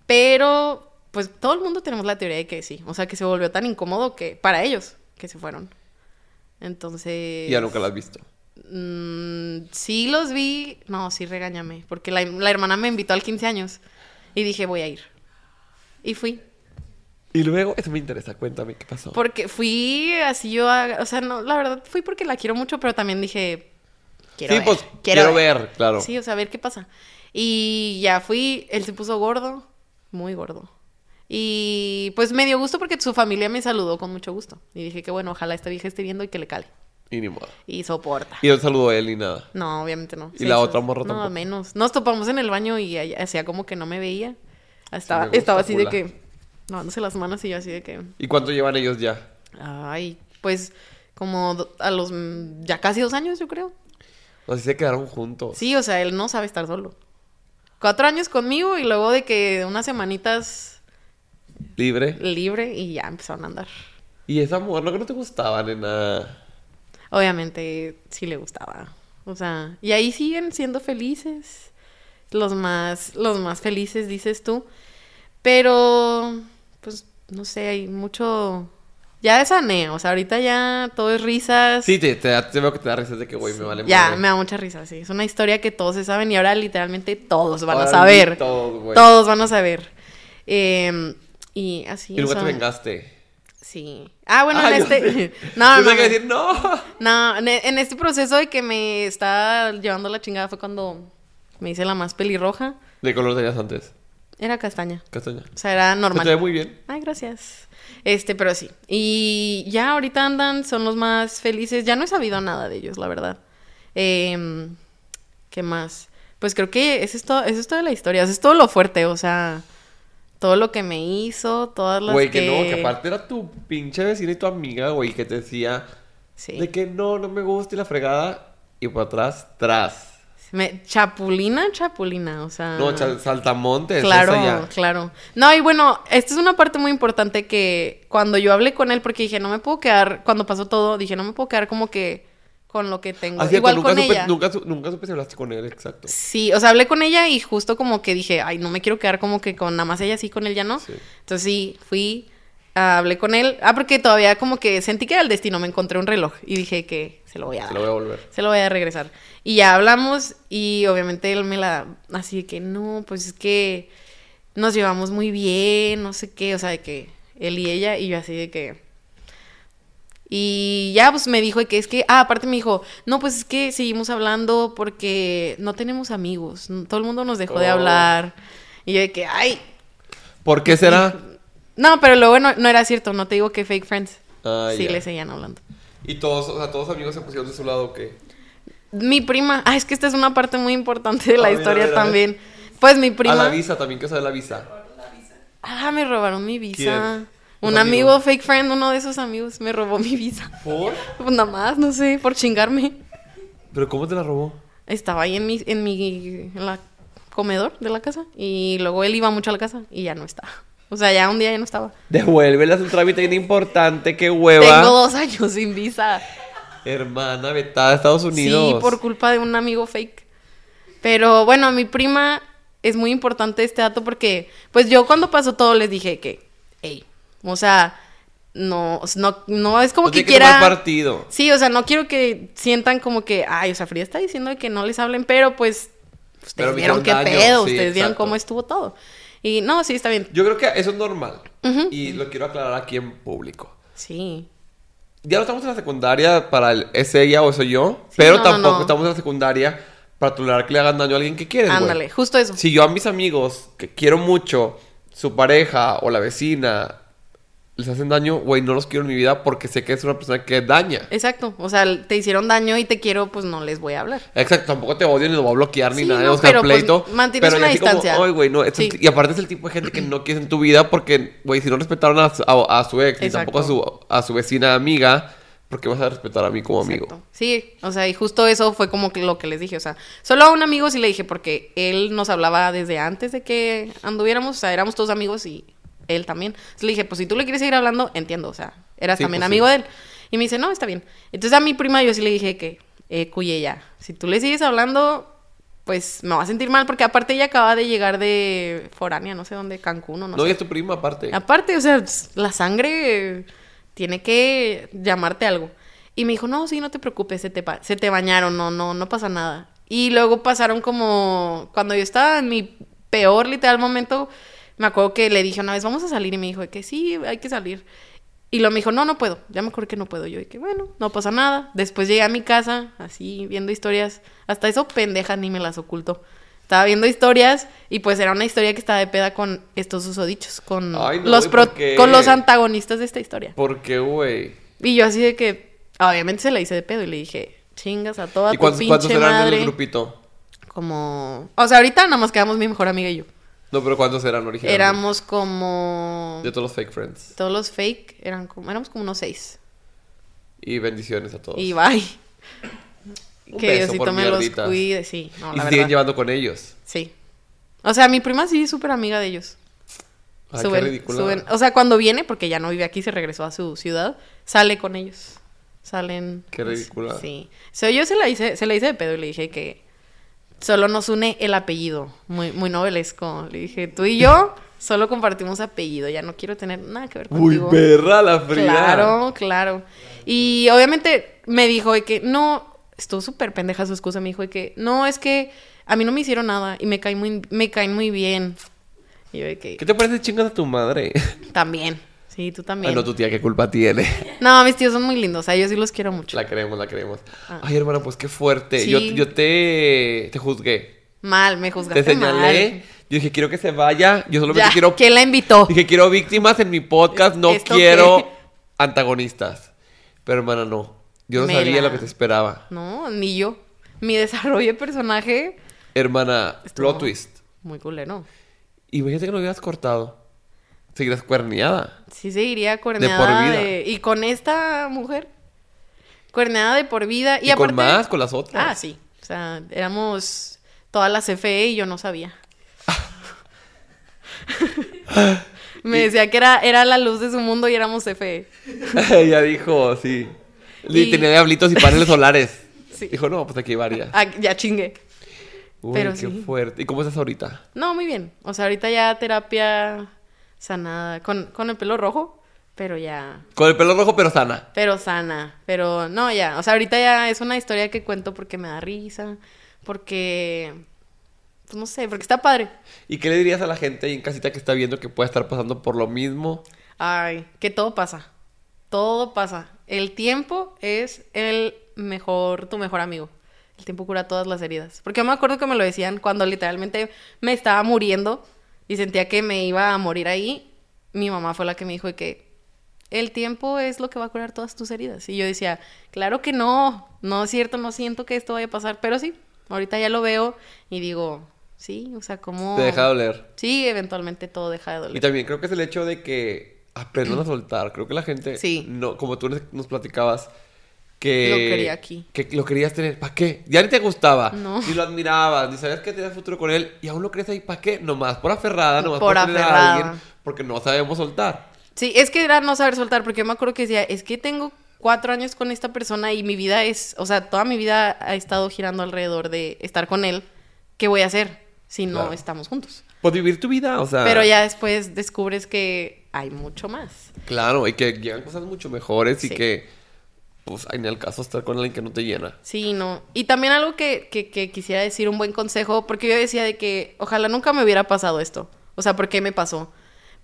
[SPEAKER 2] pero pues todo el mundo tenemos la teoría de que sí, o sea, que se volvió tan incómodo que para ellos, que se fueron. Entonces...
[SPEAKER 1] Y ya nunca la has visto.
[SPEAKER 2] Mm, sí los vi. No, sí, regáñame. Porque la, la hermana me invitó al 15 años. Y dije, voy a ir. Y fui.
[SPEAKER 1] Y luego, eso me interesa, cuéntame qué pasó.
[SPEAKER 2] Porque fui así yo. a- o sea, no, la verdad fui porque la quiero mucho, pero también dije. Quiero
[SPEAKER 1] sí,
[SPEAKER 2] ver,
[SPEAKER 1] pues quiero, ver. claro.
[SPEAKER 2] Sí, o sea, a ver qué pasa. Y ya fui. Él se puso gordo. Muy gordo. Y pues me dio gusto porque su familia me saludó con mucho gusto. Y dije que bueno, ojalá esta vieja esté viendo y que le cale.
[SPEAKER 1] Y ni modo.
[SPEAKER 2] Y soporta.
[SPEAKER 1] Y no saludó a él ni nada.
[SPEAKER 2] No, obviamente no.
[SPEAKER 1] ¿Y la
[SPEAKER 2] eso-
[SPEAKER 1] otra morra
[SPEAKER 2] No,
[SPEAKER 1] tampoco?
[SPEAKER 2] menos. Nos topamos en el baño y ella hacía como que no me veía. Estaba,
[SPEAKER 1] Sí me gusta,
[SPEAKER 2] estaba así de
[SPEAKER 1] Pula.
[SPEAKER 2] que... Lavándose las manos y yo así de que...
[SPEAKER 1] ¿Y cuánto llevan ellos ya?
[SPEAKER 2] Ay, pues como do- a los... mm, Ya casi dos años, yo creo.
[SPEAKER 1] No sé si se quedaron juntos.
[SPEAKER 2] Sí, o sea, él no sabe estar solo. Cuatro años conmigo y luego de que unas semanitas
[SPEAKER 1] Libre.
[SPEAKER 2] libre y ya empezaron a andar.
[SPEAKER 1] Y esa mujer, no que no te gustaba, nena.
[SPEAKER 2] Obviamente sí le gustaba. O sea, y ahí siguen siendo felices. Los más, los más felices, dices tú. Pero, pues, no sé, hay mucho. Ya desané, o sea, ahorita ya todo es risas.
[SPEAKER 1] Sí, te, te, da- te veo que te da risas de que, güey, me vale
[SPEAKER 2] ya,
[SPEAKER 1] madre.
[SPEAKER 2] me da mucha risa, sí. Es una historia que todos se saben y ahora literalmente todos van a
[SPEAKER 1] Ahora
[SPEAKER 2] saber.
[SPEAKER 1] Todos, güey.
[SPEAKER 2] Todos van a saber. Eh, y así.
[SPEAKER 1] Y
[SPEAKER 2] o
[SPEAKER 1] nunca
[SPEAKER 2] sea,
[SPEAKER 1] te vengaste.
[SPEAKER 2] Sí. Ah, bueno,
[SPEAKER 1] Ah,
[SPEAKER 2] en
[SPEAKER 1] yo
[SPEAKER 2] este.
[SPEAKER 1] sé. Yo
[SPEAKER 2] No, no.
[SPEAKER 1] tengo
[SPEAKER 2] no.
[SPEAKER 1] que decir, no.
[SPEAKER 2] No, en en este proceso de que me estaba llevando la chingada fue cuando me hice la más pelirroja.
[SPEAKER 1] ¿De color tenías antes?
[SPEAKER 2] Era castaña.
[SPEAKER 1] Castaña.
[SPEAKER 2] O sea, era
[SPEAKER 1] Pero Te ve
[SPEAKER 2] normal.
[SPEAKER 1] muy bien.
[SPEAKER 2] Ay, gracias. Este, pero sí. Y ya ahorita andan, son los más felices. Ya no he sabido nada de ellos, la verdad. Em, ¿Qué más? Pues creo que eso es todo, eso es toda la historia. Eso es todo lo fuerte, o sea, todo lo que me hizo, todas las
[SPEAKER 1] Güey,
[SPEAKER 2] que...
[SPEAKER 1] que... no, que aparte era tu pinche vecina y tu amiga, güey, que te decía
[SPEAKER 2] Sí.
[SPEAKER 1] de que no, no me gusta y la fregada. Y por atrás, tras.
[SPEAKER 2] Me- Chapulina, chapulina, o sea...
[SPEAKER 1] No, chal- saltamontes.
[SPEAKER 2] Ah. Claro,
[SPEAKER 1] esa ya.
[SPEAKER 2] claro. No, y bueno, esta es una parte muy importante que cuando yo hablé con él, porque dije, no me puedo quedar, cuando pasó todo, dije, no me puedo quedar como que con lo que tengo.
[SPEAKER 1] Así
[SPEAKER 2] Igual
[SPEAKER 1] nunca
[SPEAKER 2] con
[SPEAKER 1] supe,
[SPEAKER 2] ella.
[SPEAKER 1] Nunca, su- nunca supe si hablaste con él, exacto.
[SPEAKER 2] Sí, o sea, hablé con ella y justo como que dije, ay, no me quiero quedar como que con nada más ella sí, con él ya no.
[SPEAKER 1] Sí.
[SPEAKER 2] Entonces sí, fui, ah, hablé con él. Ah, porque todavía como que sentí que era el destino. Me encontré un reloj y dije que se lo voy a dar.
[SPEAKER 1] Se lo voy a volver.
[SPEAKER 2] Se lo voy a regresar. Y ya hablamos y obviamente él me la... Así de que no, pues es que nos llevamos muy bien, no sé qué, o sea, de que él y ella y yo así de que... Y ya pues me dijo de que es que, ah, aparte me dijo, no, pues es que seguimos hablando porque no tenemos amigos, n- todo el mundo nos dejó de
[SPEAKER 1] Oh.
[SPEAKER 2] hablar. Y yo de que, ay,
[SPEAKER 1] ¿Por qué será?
[SPEAKER 2] no, pero luego no, no era cierto, no te digo que fake friends.
[SPEAKER 1] Ah,
[SPEAKER 2] sí,
[SPEAKER 1] ya.
[SPEAKER 2] le seguían hablando.
[SPEAKER 1] Y todos, o sea, todos amigos se pusieron de su lado, ¿o qué?
[SPEAKER 2] Mi prima, ah, es que esta es una parte muy importante de la
[SPEAKER 1] Ah, mira,
[SPEAKER 2] historia
[SPEAKER 1] a ver, a ver.
[SPEAKER 2] también. Pues mi prima...
[SPEAKER 1] A la visa también, ¿qué sabe la visa?
[SPEAKER 2] Ah, me robaron mi visa.
[SPEAKER 1] ¿Quién?
[SPEAKER 2] Un
[SPEAKER 1] ¿Un
[SPEAKER 2] amigo?
[SPEAKER 1] amigo?
[SPEAKER 2] fake friend, uno de esos amigos, me robó mi visa.
[SPEAKER 1] ¿Por?
[SPEAKER 2] Pues nada más, no sé, por chingarme.
[SPEAKER 1] ¿Pero cómo te la robó?
[SPEAKER 2] Estaba ahí en mi, en mi en la comedor de la casa y luego él iba mucho a la casa y ya no estaba. O sea, ya un día ya no estaba.
[SPEAKER 1] Devuélvelas un trámite bien importante, qué hueva.
[SPEAKER 2] Tengo dos años sin visa.
[SPEAKER 1] Hermana vetada a Estados Unidos.
[SPEAKER 2] Sí, por culpa de un amigo fake. Pero bueno, mi prima es muy importante este dato porque, pues yo cuando pasó todo les dije que, hey, o sea, no, no, no es como
[SPEAKER 1] No
[SPEAKER 2] que
[SPEAKER 1] tiene tomar
[SPEAKER 2] quiera.
[SPEAKER 1] partido.
[SPEAKER 2] Sí, o sea, no quiero que sientan como que, ay, o sea, Frida está diciendo que no les hablen, pero pues ustedes
[SPEAKER 1] Pero me
[SPEAKER 2] vieron
[SPEAKER 1] hicieron
[SPEAKER 2] qué
[SPEAKER 1] daño,
[SPEAKER 2] pedo,
[SPEAKER 1] sí,
[SPEAKER 2] ustedes vieron
[SPEAKER 1] exacto.
[SPEAKER 2] cómo estuvo todo. Y no, sí, está bien.
[SPEAKER 1] Yo creo que eso es normal. Y lo quiero aclarar aquí en público.
[SPEAKER 2] Sí.
[SPEAKER 1] Ya no estamos en la secundaria para el es ella o soy yo,
[SPEAKER 2] Sí,
[SPEAKER 1] pero
[SPEAKER 2] no, no,
[SPEAKER 1] tampoco
[SPEAKER 2] no.
[SPEAKER 1] estamos en la secundaria para tolerar que le hagan daño a alguien que quieres, güey.
[SPEAKER 2] Ándale, justo eso.
[SPEAKER 1] Si yo a mis amigos que quiero mucho, su pareja o la vecina les hacen daño, güey, no los quiero en mi vida porque sé que es una persona que daña.
[SPEAKER 2] Exacto. O sea, te hicieron daño y te quiero, pues no les voy a hablar.
[SPEAKER 1] Exacto, tampoco te odio ni lo voy a bloquear ni
[SPEAKER 2] Sí,
[SPEAKER 1] nada, ni
[SPEAKER 2] no,
[SPEAKER 1] voy a buscar
[SPEAKER 2] pero, pues,
[SPEAKER 1] pleito.
[SPEAKER 2] mantienes
[SPEAKER 1] pero
[SPEAKER 2] una
[SPEAKER 1] ya así como,
[SPEAKER 2] distancia.
[SPEAKER 1] "Ay, güey, no, este es
[SPEAKER 2] Sí.
[SPEAKER 1] el- y aparte es el tipo de gente que no quieres en tu vida porque, güey, si no respetaron a, su- a- a su ex ni
[SPEAKER 2] Exacto.
[SPEAKER 1] tampoco a su, a su vecina amiga, porque vas a respetar a mí como amigo.
[SPEAKER 2] Exacto. Sí, o sea, y justo eso fue como que lo que les dije, o sea, solo a un amigo sí le dije porque él nos hablaba desde antes de que anduviéramos, o sea, éramos todos amigos y él también. Entonces le dije, pues si tú le quieres seguir hablando, entiendo, o sea, eras
[SPEAKER 1] Sí,
[SPEAKER 2] también
[SPEAKER 1] pues,
[SPEAKER 2] amigo
[SPEAKER 1] sí.
[SPEAKER 2] de él. Y me dice, no, está bien. Entonces a mi prima yo sí le dije que, eh, cuye ya, si tú le sigues hablando, pues me va a sentir mal porque aparte ella acaba de llegar de foránea, no sé dónde, Cancún o no,
[SPEAKER 1] No,
[SPEAKER 2] sé.
[SPEAKER 1] y es tu prima aparte.
[SPEAKER 2] Aparte, o sea, s- la sangre eh, tiene que llamarte algo. Y me dijo, no, sí, no te preocupes, se te, pa- se te bañaron, no, no, no pasa nada. Y luego pasaron como, cuando yo estaba en mi peor literal momento, me acuerdo que le dije una vez, vamos a salir, y me dijo de que sí, hay que salir. Y lo me dijo, no, no puedo, ya me acuerdo que no puedo. Yo de que bueno, no pasa nada. Después llegué a mi casa, así, viendo historias, hasta eso pendeja ni me las oculto. Estaba viendo historias y pues era una historia que estaba de peda con estos usodichos, con
[SPEAKER 1] Ay, no,
[SPEAKER 2] los
[SPEAKER 1] ¿y
[SPEAKER 2] pro-
[SPEAKER 1] por qué?
[SPEAKER 2] con los antagonistas de esta historia.
[SPEAKER 1] Porque, güey.
[SPEAKER 2] Y yo así de que, obviamente se la hice de pedo y le dije, chingas a toda
[SPEAKER 1] ¿Y
[SPEAKER 2] tu
[SPEAKER 1] cuántos, cuántos
[SPEAKER 2] pinche
[SPEAKER 1] eran
[SPEAKER 2] madre.
[SPEAKER 1] en el grupito?
[SPEAKER 2] Como, o sea, ahorita nada más quedamos mi mejor amiga y yo.
[SPEAKER 1] No, pero ¿cuántos eran originalmente?
[SPEAKER 2] Éramos como
[SPEAKER 1] De todos los fake friends.
[SPEAKER 2] todos los fake, eran como, éramos como unos seis.
[SPEAKER 1] Y bendiciones a todos.
[SPEAKER 2] Y bye.
[SPEAKER 1] Un
[SPEAKER 2] que
[SPEAKER 1] beso
[SPEAKER 2] Diosito
[SPEAKER 1] por
[SPEAKER 2] me los
[SPEAKER 1] mierditas.
[SPEAKER 2] cuide, sí. No,
[SPEAKER 1] Y
[SPEAKER 2] la
[SPEAKER 1] siguen
[SPEAKER 2] verdad.
[SPEAKER 1] llevando con ellos.
[SPEAKER 2] Sí. O sea, mi prima sí es súper amiga de ellos.
[SPEAKER 1] Ay,
[SPEAKER 2] suben,
[SPEAKER 1] qué ridícula.
[SPEAKER 2] suben. O sea, cuando viene, porque ya no vive aquí, se regresó a su ciudad, sale con ellos. Salen. pues,
[SPEAKER 1] Qué ridícula.
[SPEAKER 2] Sí. O sea, yo se la hice, se la hice de pedo y le dije que solo nos une el apellido. Muy, muy novelesco. Le dije, tú y yo solo compartimos apellido. Ya no quiero tener nada que ver
[SPEAKER 1] Uy,
[SPEAKER 2] contigo.
[SPEAKER 1] perra la Frida.
[SPEAKER 2] Claro, claro. Y obviamente me dijo de que no, estuvo súper pendeja su excusa, me dijo de que no, es que a mí no me hicieron nada y me caen muy, me caen muy bien. Y yo de que
[SPEAKER 1] ¿Qué te parece chingas a tu madre?
[SPEAKER 2] también. Sí, tú también.
[SPEAKER 1] Ah, no, tu tía, ¿qué culpa tiene?
[SPEAKER 2] No, mis tíos son muy lindos, o sea, yo sí los quiero mucho.
[SPEAKER 1] La queremos, la queremos.
[SPEAKER 2] Ah.
[SPEAKER 1] Ay, hermana, pues qué fuerte.
[SPEAKER 2] Sí.
[SPEAKER 1] Yo, yo te, te juzgué.
[SPEAKER 2] Mal, me juzgaste
[SPEAKER 1] Te señalé.
[SPEAKER 2] mal.
[SPEAKER 1] Yo dije, quiero que se vaya. Yo solamente
[SPEAKER 2] Ya,
[SPEAKER 1] quiero.
[SPEAKER 2] ¿Quién la invitó?
[SPEAKER 1] Dije, quiero víctimas en mi podcast. No
[SPEAKER 2] ¿Esto
[SPEAKER 1] quiero
[SPEAKER 2] qué?
[SPEAKER 1] antagonistas. Pero, hermana, no. Yo no
[SPEAKER 2] Mela.
[SPEAKER 1] sabía lo que te esperaba.
[SPEAKER 2] No, ni yo. Mi desarrollo de personaje,
[SPEAKER 1] Hermana,
[SPEAKER 2] Estuvo-
[SPEAKER 1] plot twist.
[SPEAKER 2] muy culero.
[SPEAKER 1] Y Imagínate que lo hubieras cortado. Seguirás cuerneada.
[SPEAKER 2] Sí seguiría cuerneada
[SPEAKER 1] vida.
[SPEAKER 2] de- y con esta mujer cuerneada de por vida y,
[SPEAKER 1] Y,
[SPEAKER 2] aparte
[SPEAKER 1] con más, con las otras.
[SPEAKER 2] ah sí o sea éramos todas las CFE y yo no sabía me decía que era era la luz de su mundo y éramos E. CFE
[SPEAKER 1] Ella dijo, sí.
[SPEAKER 2] Y-
[SPEAKER 1] Y... Tenía diablitos y paneles solares.
[SPEAKER 2] Sí.
[SPEAKER 1] Dijo, no, pues aquí hay varias.
[SPEAKER 2] Ah, ya chingué
[SPEAKER 1] Uy,
[SPEAKER 2] pero
[SPEAKER 1] qué
[SPEAKER 2] sí.
[SPEAKER 1] fuerte. ¿Y cómo estás ahorita?
[SPEAKER 2] no muy bien o sea ahorita ya terapia sanada con con el pelo rojo Pero ya.
[SPEAKER 1] Con el pelo rojo, pero sana.
[SPEAKER 2] Pero sana. Pero no, ya. O sea, ahorita ya es una historia que cuento porque me da risa. Porque. Pues no sé, porque está padre.
[SPEAKER 1] ¿Y qué le dirías a la gente ahí en casita que está viendo que puede estar pasando por lo mismo?
[SPEAKER 2] Ay, que todo pasa. Todo pasa. El tiempo es el mejor, tu mejor amigo. El tiempo cura todas las heridas. Porque yo me acuerdo que me lo decían cuando literalmente me estaba muriendo y sentía que me iba a morir ahí. Mi mamá fue la que me dijo de que el tiempo es lo que va a curar todas tus heridas. Y yo decía, claro que no, no es cierto, no siento que esto vaya a pasar, pero sí, ahorita ya lo veo y digo, sí, o sea, como...
[SPEAKER 1] Te deja doler.
[SPEAKER 2] Sí, eventualmente todo deja de doler.
[SPEAKER 1] Y también creo que es el hecho de que aprendan a soltar. Creo que la gente,
[SPEAKER 2] Sí.
[SPEAKER 1] no, como tú nos platicabas, que
[SPEAKER 2] Lo quería aquí.
[SPEAKER 1] Que lo querías tener. ¿Para qué? Ya ni te gustaba.
[SPEAKER 2] No.
[SPEAKER 1] Ni lo admirabas, ni sabías que tenías futuro con él. Y aún lo crees ahí. ¿Para qué? Nomás por aferrada, nomás por,
[SPEAKER 2] Por
[SPEAKER 1] tener a
[SPEAKER 2] aferrada.
[SPEAKER 1] alguien, Porque no sabemos soltar.
[SPEAKER 2] Sí, es que era no saber soltar, porque yo me acuerdo que decía, es que tengo cuatro años con esta persona y mi vida es, o sea, toda mi vida ha estado girando alrededor de estar con él. ¿Qué voy a hacer si no
[SPEAKER 1] Claro.
[SPEAKER 2] estamos juntos?
[SPEAKER 1] Pues vivir tu vida, o sea.
[SPEAKER 2] Pero ya después descubres que hay mucho más.
[SPEAKER 1] Claro, y que llegan cosas mucho mejores y
[SPEAKER 2] Sí.
[SPEAKER 1] que, pues, en el caso estar con alguien que no te llena.
[SPEAKER 2] Sí, no. Y también algo que, que- que quisiera decir, un buen consejo, porque yo decía de que ojalá nunca me hubiera pasado esto. O sea, ¿por qué me pasó?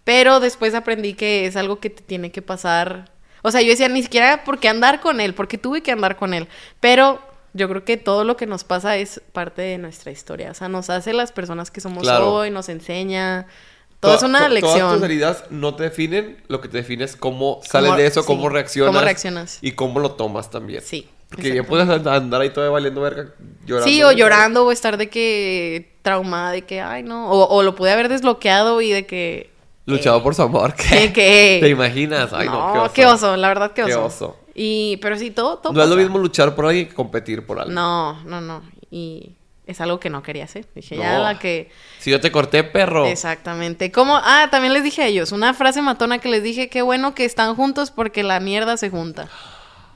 [SPEAKER 2] Pero después aprendí que es algo que te tiene que pasar. O sea, yo decía, ni siquiera por qué andar con él, porque tuve que andar con él. Pero yo creo que todo lo que nos pasa es parte de nuestra historia. O sea, nos hace las personas que somos
[SPEAKER 1] Claro.
[SPEAKER 2] hoy, nos enseña. Todo es
[SPEAKER 1] Toda-
[SPEAKER 2] una
[SPEAKER 1] to- Todas tus
[SPEAKER 2] lección.
[SPEAKER 1] heridas no te definen, lo que te define es cómo sales de eso,
[SPEAKER 2] sí,
[SPEAKER 1] cómo reaccionas.
[SPEAKER 2] cómo reaccionas.
[SPEAKER 1] Y cómo lo tomas también.
[SPEAKER 2] Sí,
[SPEAKER 1] Porque ya puedes and- andar ahí todavía valiendo verga, llorando.
[SPEAKER 2] Sí, o llorando, o estar de que traumada, de que, ay, no, o, o lo pude haber desbloqueado y de que...
[SPEAKER 1] Luchado por su amor.
[SPEAKER 2] De que...
[SPEAKER 1] ¿Te imaginas? Ay, no, qué oso.
[SPEAKER 2] la verdad, qué
[SPEAKER 1] Qué
[SPEAKER 2] oso.
[SPEAKER 1] oso.
[SPEAKER 2] Y, pero sí, todo, todo
[SPEAKER 1] No es lo
[SPEAKER 2] pasa.
[SPEAKER 1] mismo luchar por alguien que competir por alguien.
[SPEAKER 2] No, no, no, y es algo que no quería hacer. Dije,
[SPEAKER 1] No.
[SPEAKER 2] ya la que...
[SPEAKER 1] Si yo te corté, perro.
[SPEAKER 2] Exactamente. Como, ah, también les dije a ellos, una frase matona que les dije, qué bueno que están juntos porque la mierda se junta.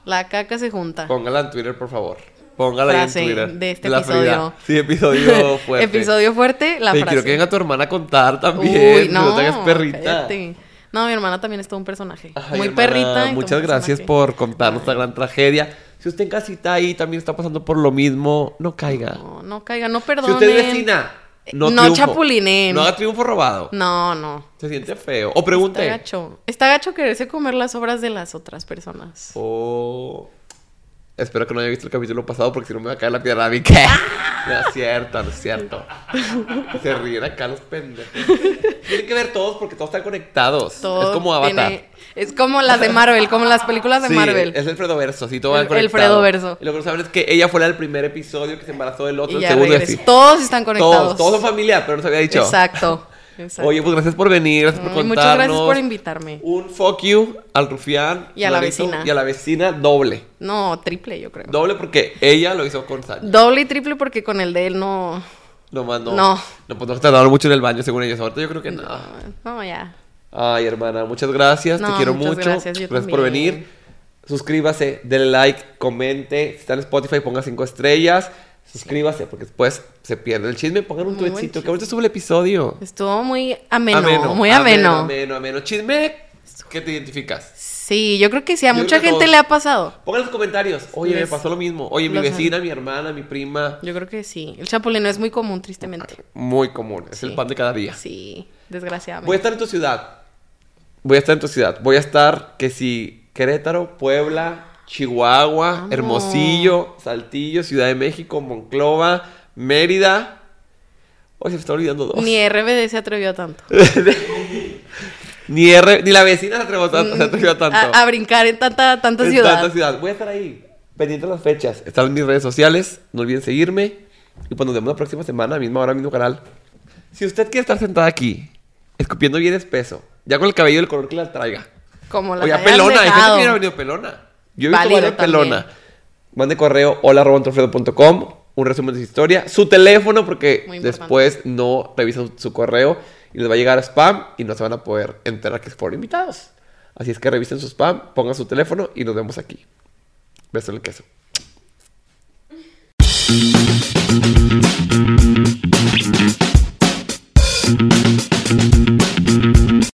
[SPEAKER 2] La caca se junta.
[SPEAKER 1] Póngala en Twitter, por favor. Póngala ahí en
[SPEAKER 2] Frase
[SPEAKER 1] Twitter.
[SPEAKER 2] de este
[SPEAKER 1] La Frida.
[SPEAKER 2] episodio.
[SPEAKER 1] Sí, episodio fuerte.
[SPEAKER 2] Episodio fuerte, la
[SPEAKER 1] Y
[SPEAKER 2] frase.
[SPEAKER 1] quiero que venga tu hermana a contar también.
[SPEAKER 2] Uy, no,
[SPEAKER 1] te hagas perrita.
[SPEAKER 2] cállate. No, mi hermana también es todo un personaje.
[SPEAKER 1] Ay,
[SPEAKER 2] Muy
[SPEAKER 1] hermana,
[SPEAKER 2] perrita. y todo
[SPEAKER 1] Muchas
[SPEAKER 2] un
[SPEAKER 1] gracias
[SPEAKER 2] personaje.
[SPEAKER 1] por contarnos esta gran tragedia. Si usted en casita ahí también está pasando por lo mismo, no caiga.
[SPEAKER 2] No, no caiga, no perdonen.
[SPEAKER 1] si usted es vecina, no,
[SPEAKER 2] No
[SPEAKER 1] triunfo.
[SPEAKER 2] chapulineen.
[SPEAKER 1] No haga triunfo robado.
[SPEAKER 2] No, no.
[SPEAKER 1] Se siente feo. O
[SPEAKER 2] Está
[SPEAKER 1] pregunte.
[SPEAKER 2] gacho. Está gacho quererse comer las obras de las otras personas.
[SPEAKER 1] Oh. O... Espero que no haya visto el capítulo pasado porque si no me va a caer la piedra a mí. ¿Qué? No es cierto, no es cierto. Se ríen acá los pendejos. Tienen que ver todos porque todos están conectados.
[SPEAKER 2] Todo
[SPEAKER 1] es como Avatar.
[SPEAKER 2] tiene- es como las de Marvel, como las películas de
[SPEAKER 1] Sí,
[SPEAKER 2] Marvel.
[SPEAKER 1] Es el Fredo Verso, sí, todo va
[SPEAKER 2] El- el
[SPEAKER 1] conectado.
[SPEAKER 2] Fredo Verso.
[SPEAKER 1] Y lo que no saben es que ella fue la del primer episodio que se embarazó del otro,
[SPEAKER 2] Y
[SPEAKER 1] el
[SPEAKER 2] ya
[SPEAKER 1] segundo y
[SPEAKER 2] regreso.
[SPEAKER 1] así.
[SPEAKER 2] Todos están
[SPEAKER 1] Todos,
[SPEAKER 2] conectados.
[SPEAKER 1] todos son familia, pero no se había dicho.
[SPEAKER 2] Exacto. exacto.
[SPEAKER 1] Oye, pues gracias por venir, gracias por
[SPEAKER 2] Ay,
[SPEAKER 1] contarnos.
[SPEAKER 2] muchas gracias por invitarme.
[SPEAKER 1] Un fuck you al rufián.
[SPEAKER 2] Y a la
[SPEAKER 1] clarito,
[SPEAKER 2] vecina.
[SPEAKER 1] Y a la vecina doble.
[SPEAKER 2] No, triple, yo creo.
[SPEAKER 1] Doble porque ella lo hizo con Sancho.
[SPEAKER 2] Doble y triple porque con el de él no.
[SPEAKER 1] Nomás no.
[SPEAKER 2] No.
[SPEAKER 1] No, pues no se tardaron mucho en el baño, según ellos. Ahorita yo creo que nada.
[SPEAKER 2] No, ya.
[SPEAKER 1] Ay, hermana, muchas gracias. Te
[SPEAKER 2] No,
[SPEAKER 1] quiero
[SPEAKER 2] muchas
[SPEAKER 1] mucho.
[SPEAKER 2] gracias, yo
[SPEAKER 1] por
[SPEAKER 2] también.
[SPEAKER 1] venir. Suscríbase, denle like, comente. Si está en Spotify, ponga cinco estrellas. Suscríbase, porque después se pierde el chisme. Pongan un
[SPEAKER 2] Muy buen
[SPEAKER 1] tuitcito, que
[SPEAKER 2] chisme.
[SPEAKER 1] ahorita sube el episodio.
[SPEAKER 2] Estuvo muy ameno, muy ameno.
[SPEAKER 1] Ameno, ameno. Chisme, ¿qué te identificas?
[SPEAKER 2] Sí, yo creo que sí, a
[SPEAKER 1] Yo
[SPEAKER 2] mucha
[SPEAKER 1] creo que
[SPEAKER 2] gente
[SPEAKER 1] todos.
[SPEAKER 2] le ha pasado.
[SPEAKER 1] Pongan los comentarios. Oye, me
[SPEAKER 2] Les-
[SPEAKER 1] pasó lo mismo. Oye, mi
[SPEAKER 2] los-
[SPEAKER 1] vecina, mi hermana, mi prima.
[SPEAKER 2] Yo creo que sí. El chapulino es muy común, tristemente.
[SPEAKER 1] Muy común. Es
[SPEAKER 2] Sí.
[SPEAKER 1] el pan de cada día. Pues
[SPEAKER 2] Sí, desgraciadamente.
[SPEAKER 1] Voy a estar en tu ciudad. Voy a estar en tu ciudad. Voy a estar que si Querétaro, Puebla, Chihuahua,
[SPEAKER 2] Vamos.
[SPEAKER 1] Hermosillo, Saltillo, Ciudad de México, Monclova, Mérida. Hoy se me está olvidando dos.
[SPEAKER 2] Ni RBD se atrevió a tanto.
[SPEAKER 1] Ni, R- ni la vecina se atrevió, tan- se atrevió tanto.
[SPEAKER 2] Mm, A, a brincar en tanta, tanta
[SPEAKER 1] En
[SPEAKER 2] ciudad.
[SPEAKER 1] tanta ciudad. Voy a estar ahí. Pendiente de las fechas. Están en mis redes sociales. No olviden seguirme. Y pues nos vemos la próxima semana, misma hora, mismo canal. Si usted quiere estar sentada aquí, escupiendo bien espeso, ya con el cabello del color que la traiga.
[SPEAKER 2] Como la
[SPEAKER 1] O ya pelona, hay gente que
[SPEAKER 2] dejado.
[SPEAKER 1] hubiera venido pelona. Yo he visto
[SPEAKER 2] Válido
[SPEAKER 1] varias
[SPEAKER 2] también.
[SPEAKER 1] pelona. Mande correo hola arroba antrofredo.com, un resumen de su historia, su teléfono, porque
[SPEAKER 2] Muy importante.
[SPEAKER 1] después no revisan su correo y les va a llegar spam y no se van a poder enterar que es por invitados. Así es que revisen su spam, pongan su teléfono y nos vemos aquí. Beso en el queso.